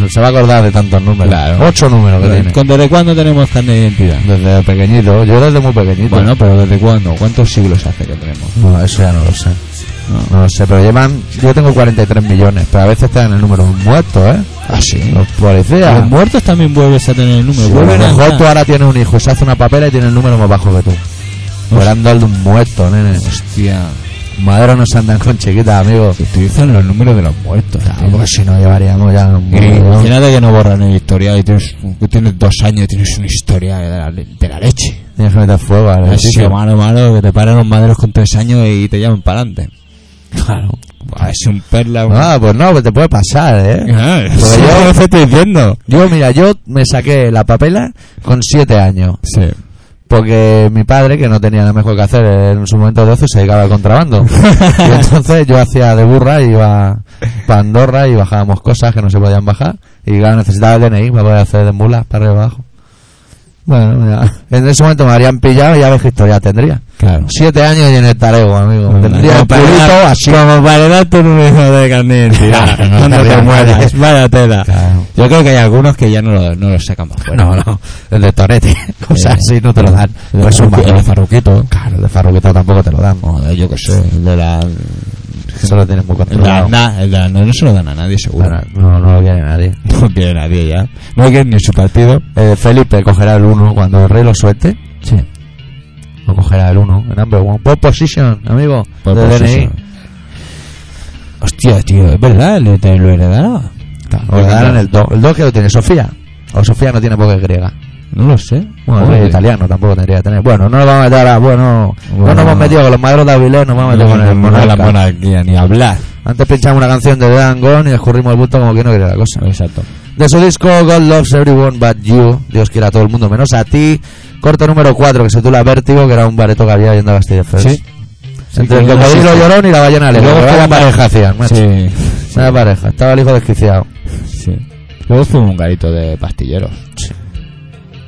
Speaker 2: se, va a acordar de tantos números.
Speaker 1: Claro.
Speaker 2: Ocho números que tiene.
Speaker 1: ¿Con- ¿Desde cuándo tenemos carne de identidad?
Speaker 2: Desde pequeñito, yo desde muy pequeñito.
Speaker 1: Bueno, pero ¿desde cuándo? ¿Cuántos siglos hace que tenemos?
Speaker 2: No, eso ya no lo sé. No lo sé, pero llevan. Yo tengo 43 millones, pero a veces te dan el número de un muerto, ¿eh?
Speaker 1: Ah, sí.
Speaker 2: Los policías.
Speaker 1: Los muertos también vuelves a tener el número.
Speaker 2: Sí, a
Speaker 1: vuelven
Speaker 2: lo
Speaker 1: a
Speaker 2: mejor
Speaker 1: entrar.
Speaker 2: tú ahora tienes un hijo, se hace una papela y tiene el número más bajo que tú. Volando el de un muerto, nene.
Speaker 1: Hostia.
Speaker 2: Madero no se andan con chiquitas, amigo.
Speaker 1: Utilizan los números de los muertos.
Speaker 2: Claro,
Speaker 1: tío.
Speaker 2: porque si no llevaríamos ya un
Speaker 1: Y Imagínate que no borran el historial y tienes, que tienes dos años y tienes un historial de la, le- de la leche.
Speaker 2: Tienes que meter fuego al
Speaker 1: Es
Speaker 2: edificio.
Speaker 1: malo, malo, que te paran los maderos con tres años y te llaman para adelante.
Speaker 2: Claro.
Speaker 1: Es un perla. un-
Speaker 2: Ah, pues no, pues te puede pasar, ¿eh?
Speaker 1: [LAUGHS] Ah,
Speaker 2: Pero
Speaker 1: sí,
Speaker 2: yo-
Speaker 1: ¿qué estoy diciendo?
Speaker 2: Yo, mira, yo me saqué la papela con siete años.
Speaker 1: Sí.
Speaker 2: Porque mi padre, que no tenía nada mejor que hacer en su momento de ocio, se dedicaba al contrabando. Y entonces yo hacía de burra, iba para Andorra y bajábamos cosas que no se podían bajar. Y claro, necesitaba el DNI para poder hacer de mula para arriba y abajo. Bueno, ya. en ese momento me habrían pillado y ya ves qué historia tendría.
Speaker 1: Claro.
Speaker 2: Siete años y en el tarego, amigo. Tendría el
Speaker 1: Como para
Speaker 2: culito
Speaker 1: dar-
Speaker 2: así.
Speaker 1: Como para darte un hijo de carne
Speaker 2: [LAUGHS]
Speaker 1: de identidad.
Speaker 2: Claro, no
Speaker 1: no, te
Speaker 2: te rías,
Speaker 1: mueras.
Speaker 2: nadie.
Speaker 1: Vaya tela.
Speaker 2: Claro.
Speaker 1: Yo creo que hay algunos que ya no lo, no lo sacan más fuera.
Speaker 2: No, no, el de Torete, [LAUGHS] cosas
Speaker 1: Eh,
Speaker 2: así no te lo dan.
Speaker 1: el de
Speaker 2: Pues un
Speaker 1: Farruquito,
Speaker 2: valor.
Speaker 1: el de Farruquito.
Speaker 2: Claro, el de Farruquito tampoco te lo dan.
Speaker 1: Joder, yo qué sé. El de la.
Speaker 2: Eso lo tienes muy
Speaker 1: el de la-
Speaker 2: controlado.
Speaker 1: na- el de la- no, no se lo dan a nadie, seguro.
Speaker 2: Bueno, no, no lo quiere nadie.
Speaker 1: [LAUGHS] No quiere nadie ya. No quiere ni su partido.
Speaker 2: Eh, Felipe cogerá el 1 cuando el rey lo suelte.
Speaker 1: Sí.
Speaker 2: Lo cogerá el 1, el number one. Pole position, amigo.
Speaker 1: Pues,
Speaker 2: de
Speaker 1: pues
Speaker 2: DNI.
Speaker 1: eso. Hostia, tío, es verdad, le- te lo heredará.
Speaker 2: Lo darán el 2. El 2 que lo tiene Sofía. O Sofía no tiene por qué griega.
Speaker 1: No lo sé.
Speaker 2: Bueno, el
Speaker 1: Joder.
Speaker 2: rey italiano tampoco tendría que tener. Bueno, no nos vamos a meter ahora. Bueno, no
Speaker 1: Bueno.
Speaker 2: nos hemos metido con los madros de Avilés, nos vamos a meter con el
Speaker 1: No, no, la
Speaker 2: monarca.
Speaker 1: monarquía, ni hablar.
Speaker 2: Antes pinchamos una canción de Dangón y escurrimos el bulto como que no quería la cosa.
Speaker 1: Exacto.
Speaker 2: De su disco God Loves Everyone But You, Dios quiera a todo el mundo menos a ti. Corte número 4 que se titula Vértigo, que era un bareto que había yendo a Bastille Fest.
Speaker 1: Sí.
Speaker 2: Entre el
Speaker 1: que
Speaker 2: cocodrilo
Speaker 1: sí, sí.
Speaker 2: llorón y la ballena alegre.
Speaker 1: luego
Speaker 2: Luego
Speaker 1: fue
Speaker 2: la
Speaker 1: la
Speaker 2: pareja hacían, macho.
Speaker 1: Sí.
Speaker 2: Una pareja. Estaba el hijo desquiciado.
Speaker 1: Sí. Luego fue un garito de pastilleros.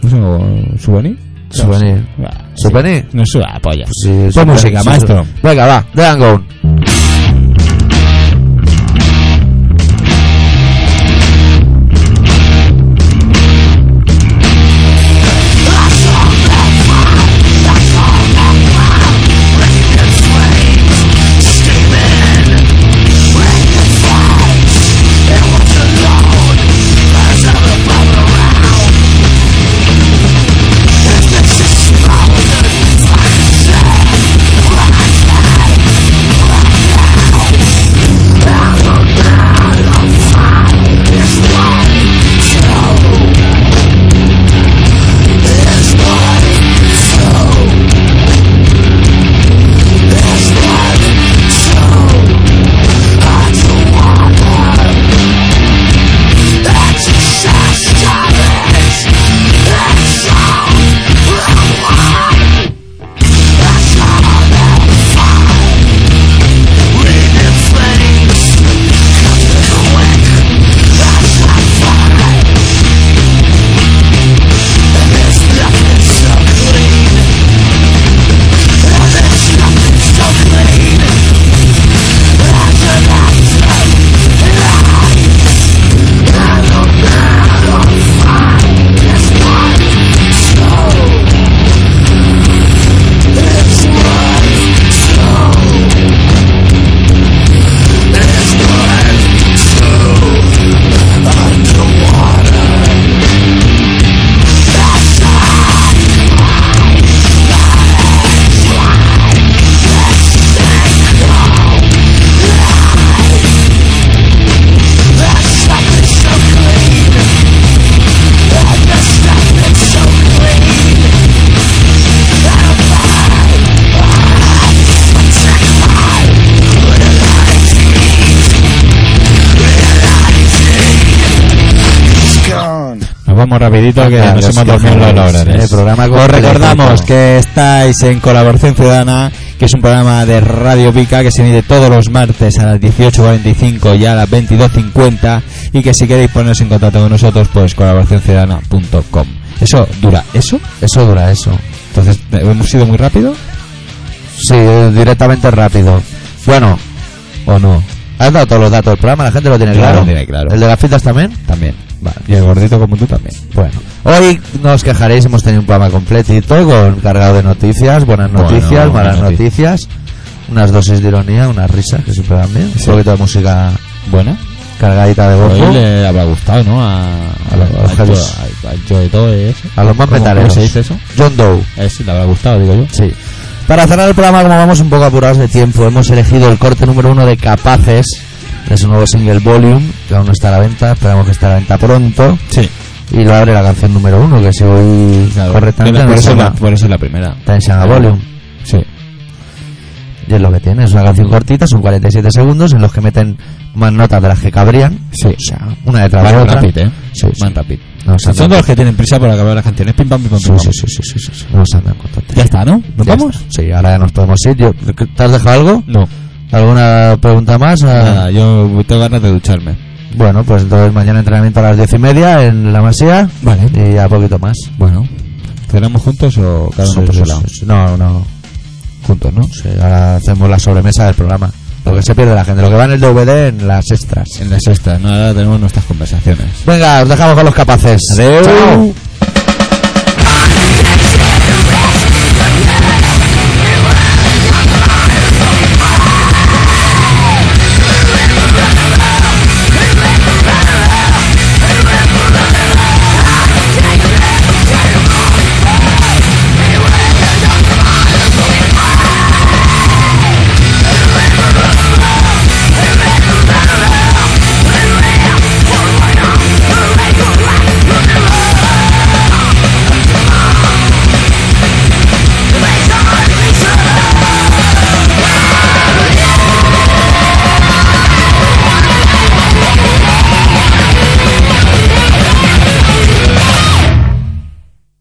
Speaker 1: ¿No sé cómo- ¿Souvenir?
Speaker 2: Souvenir.
Speaker 1: Ah, sí.
Speaker 2: ¿Souvenir?
Speaker 1: No es una polla.
Speaker 2: Sí,
Speaker 1: Pon música, maestro.
Speaker 2: Pues Venga, va. The Angon.
Speaker 1: Nos vamos rapidito que
Speaker 2: Ah,
Speaker 1: nos
Speaker 2: Dios,
Speaker 1: hemos
Speaker 2: qué
Speaker 1: dormido los
Speaker 2: horrores.
Speaker 1: laureles.
Speaker 2: Eh, programa
Speaker 1: Os
Speaker 2: completo.
Speaker 1: recordamos que estáis en Colaboración Ciudadana, que es un programa de Radio Pica que se emite todos los martes a las 18.45 y a las 22.50 y que si queréis poneros en contacto con nosotros, pues colaboracionciudadana.com. ¿Eso dura eso?
Speaker 2: Eso dura eso.
Speaker 1: Entonces, ¿hemos ido muy rápido?
Speaker 2: Sí, eh, directamente rápido. Bueno,
Speaker 1: ¿O no?
Speaker 2: has dado todos los datos del programa, la gente lo tiene
Speaker 1: Claro,
Speaker 2: claro.
Speaker 1: lo tiene claro.
Speaker 2: ¿El de las fitas también?
Speaker 1: También. Y el gordito como tú también.
Speaker 2: Bueno, hoy no os quejaréis, hemos tenido un programa completito con cargado de noticias, buenas
Speaker 1: Bueno,
Speaker 2: noticias, malas
Speaker 1: buenas
Speaker 2: noticias, unas dosis de ironía, unas risas que siempre dan bien, un poquito de música
Speaker 1: Buena.
Speaker 2: cargadita de
Speaker 1: pues Hoy
Speaker 2: golfo,
Speaker 1: le habrá gustado, ¿no? A,
Speaker 2: A los- a los Javis.
Speaker 1: Joe Toe, ¿eh? eso.
Speaker 2: a los más
Speaker 1: ¿Cómo-
Speaker 2: metaleros.
Speaker 1: ¿Cómo se dice eso?
Speaker 2: John Doe.
Speaker 1: Eh, sí, le habrá gustado, digo yo.
Speaker 2: Sí. Para cerrar el programa, como vamos un poco apurados de tiempo, hemos elegido el corte número uno de Capaces, de su nuevo single Volume, que aún no está a la venta, esperamos que esté a la venta pronto.
Speaker 1: Sí.
Speaker 2: y lo abre la canción número uno, que si voy
Speaker 1: Claro.
Speaker 2: correctamente
Speaker 1: Por
Speaker 2: no se
Speaker 1: eso, la,
Speaker 2: llama
Speaker 1: por eso la primera.
Speaker 2: Tension a Volume.
Speaker 1: Sí.
Speaker 2: Y es lo que tiene, es una canción cortita, son 47 segundos en los que meten más notas de las que cabrían.
Speaker 1: Sí.
Speaker 2: O sea, una detrás de
Speaker 1: Van
Speaker 2: otra.
Speaker 1: rápido, ¿eh?
Speaker 2: Sí, sí.
Speaker 1: Van rápido.
Speaker 2: No se
Speaker 1: Son
Speaker 2: andan-
Speaker 1: todos los que tienen prisa por acabar las canciones. Pim, pam, pim, pam,
Speaker 2: sí,
Speaker 1: pim, pam.
Speaker 2: sí, sí, sí, sí, sí, sí, no se andan con tonterías.
Speaker 1: Ya está, ¿no? ¿Nos
Speaker 2: Ya
Speaker 1: vamos?
Speaker 2: está. Sí, ahora ya nos podemos ir. Yo- ¿Te has dejado algo?
Speaker 1: No.
Speaker 2: ¿Alguna pregunta más? Ah,
Speaker 1: Nada, yo tengo ganas de ducharme.
Speaker 2: Bueno, pues entonces mañana entrenamiento a las diez y media en la Masía
Speaker 1: Vale.
Speaker 2: y ya poquito más. pues,
Speaker 1: Bueno. ¿Cenamos juntos o cada uno por su lado?
Speaker 2: No, no.
Speaker 1: Juntos, ¿no?
Speaker 2: Sí, ahora hacemos la sobremesa del programa. Lo que se pierde la gente, lo que va en el DVD en las extras.
Speaker 1: En la sexta, ¿no? Ahora tenemos nuestras conversaciones.
Speaker 2: Venga, os dejamos con los capaces.
Speaker 1: Chao.
Speaker 2: Chao.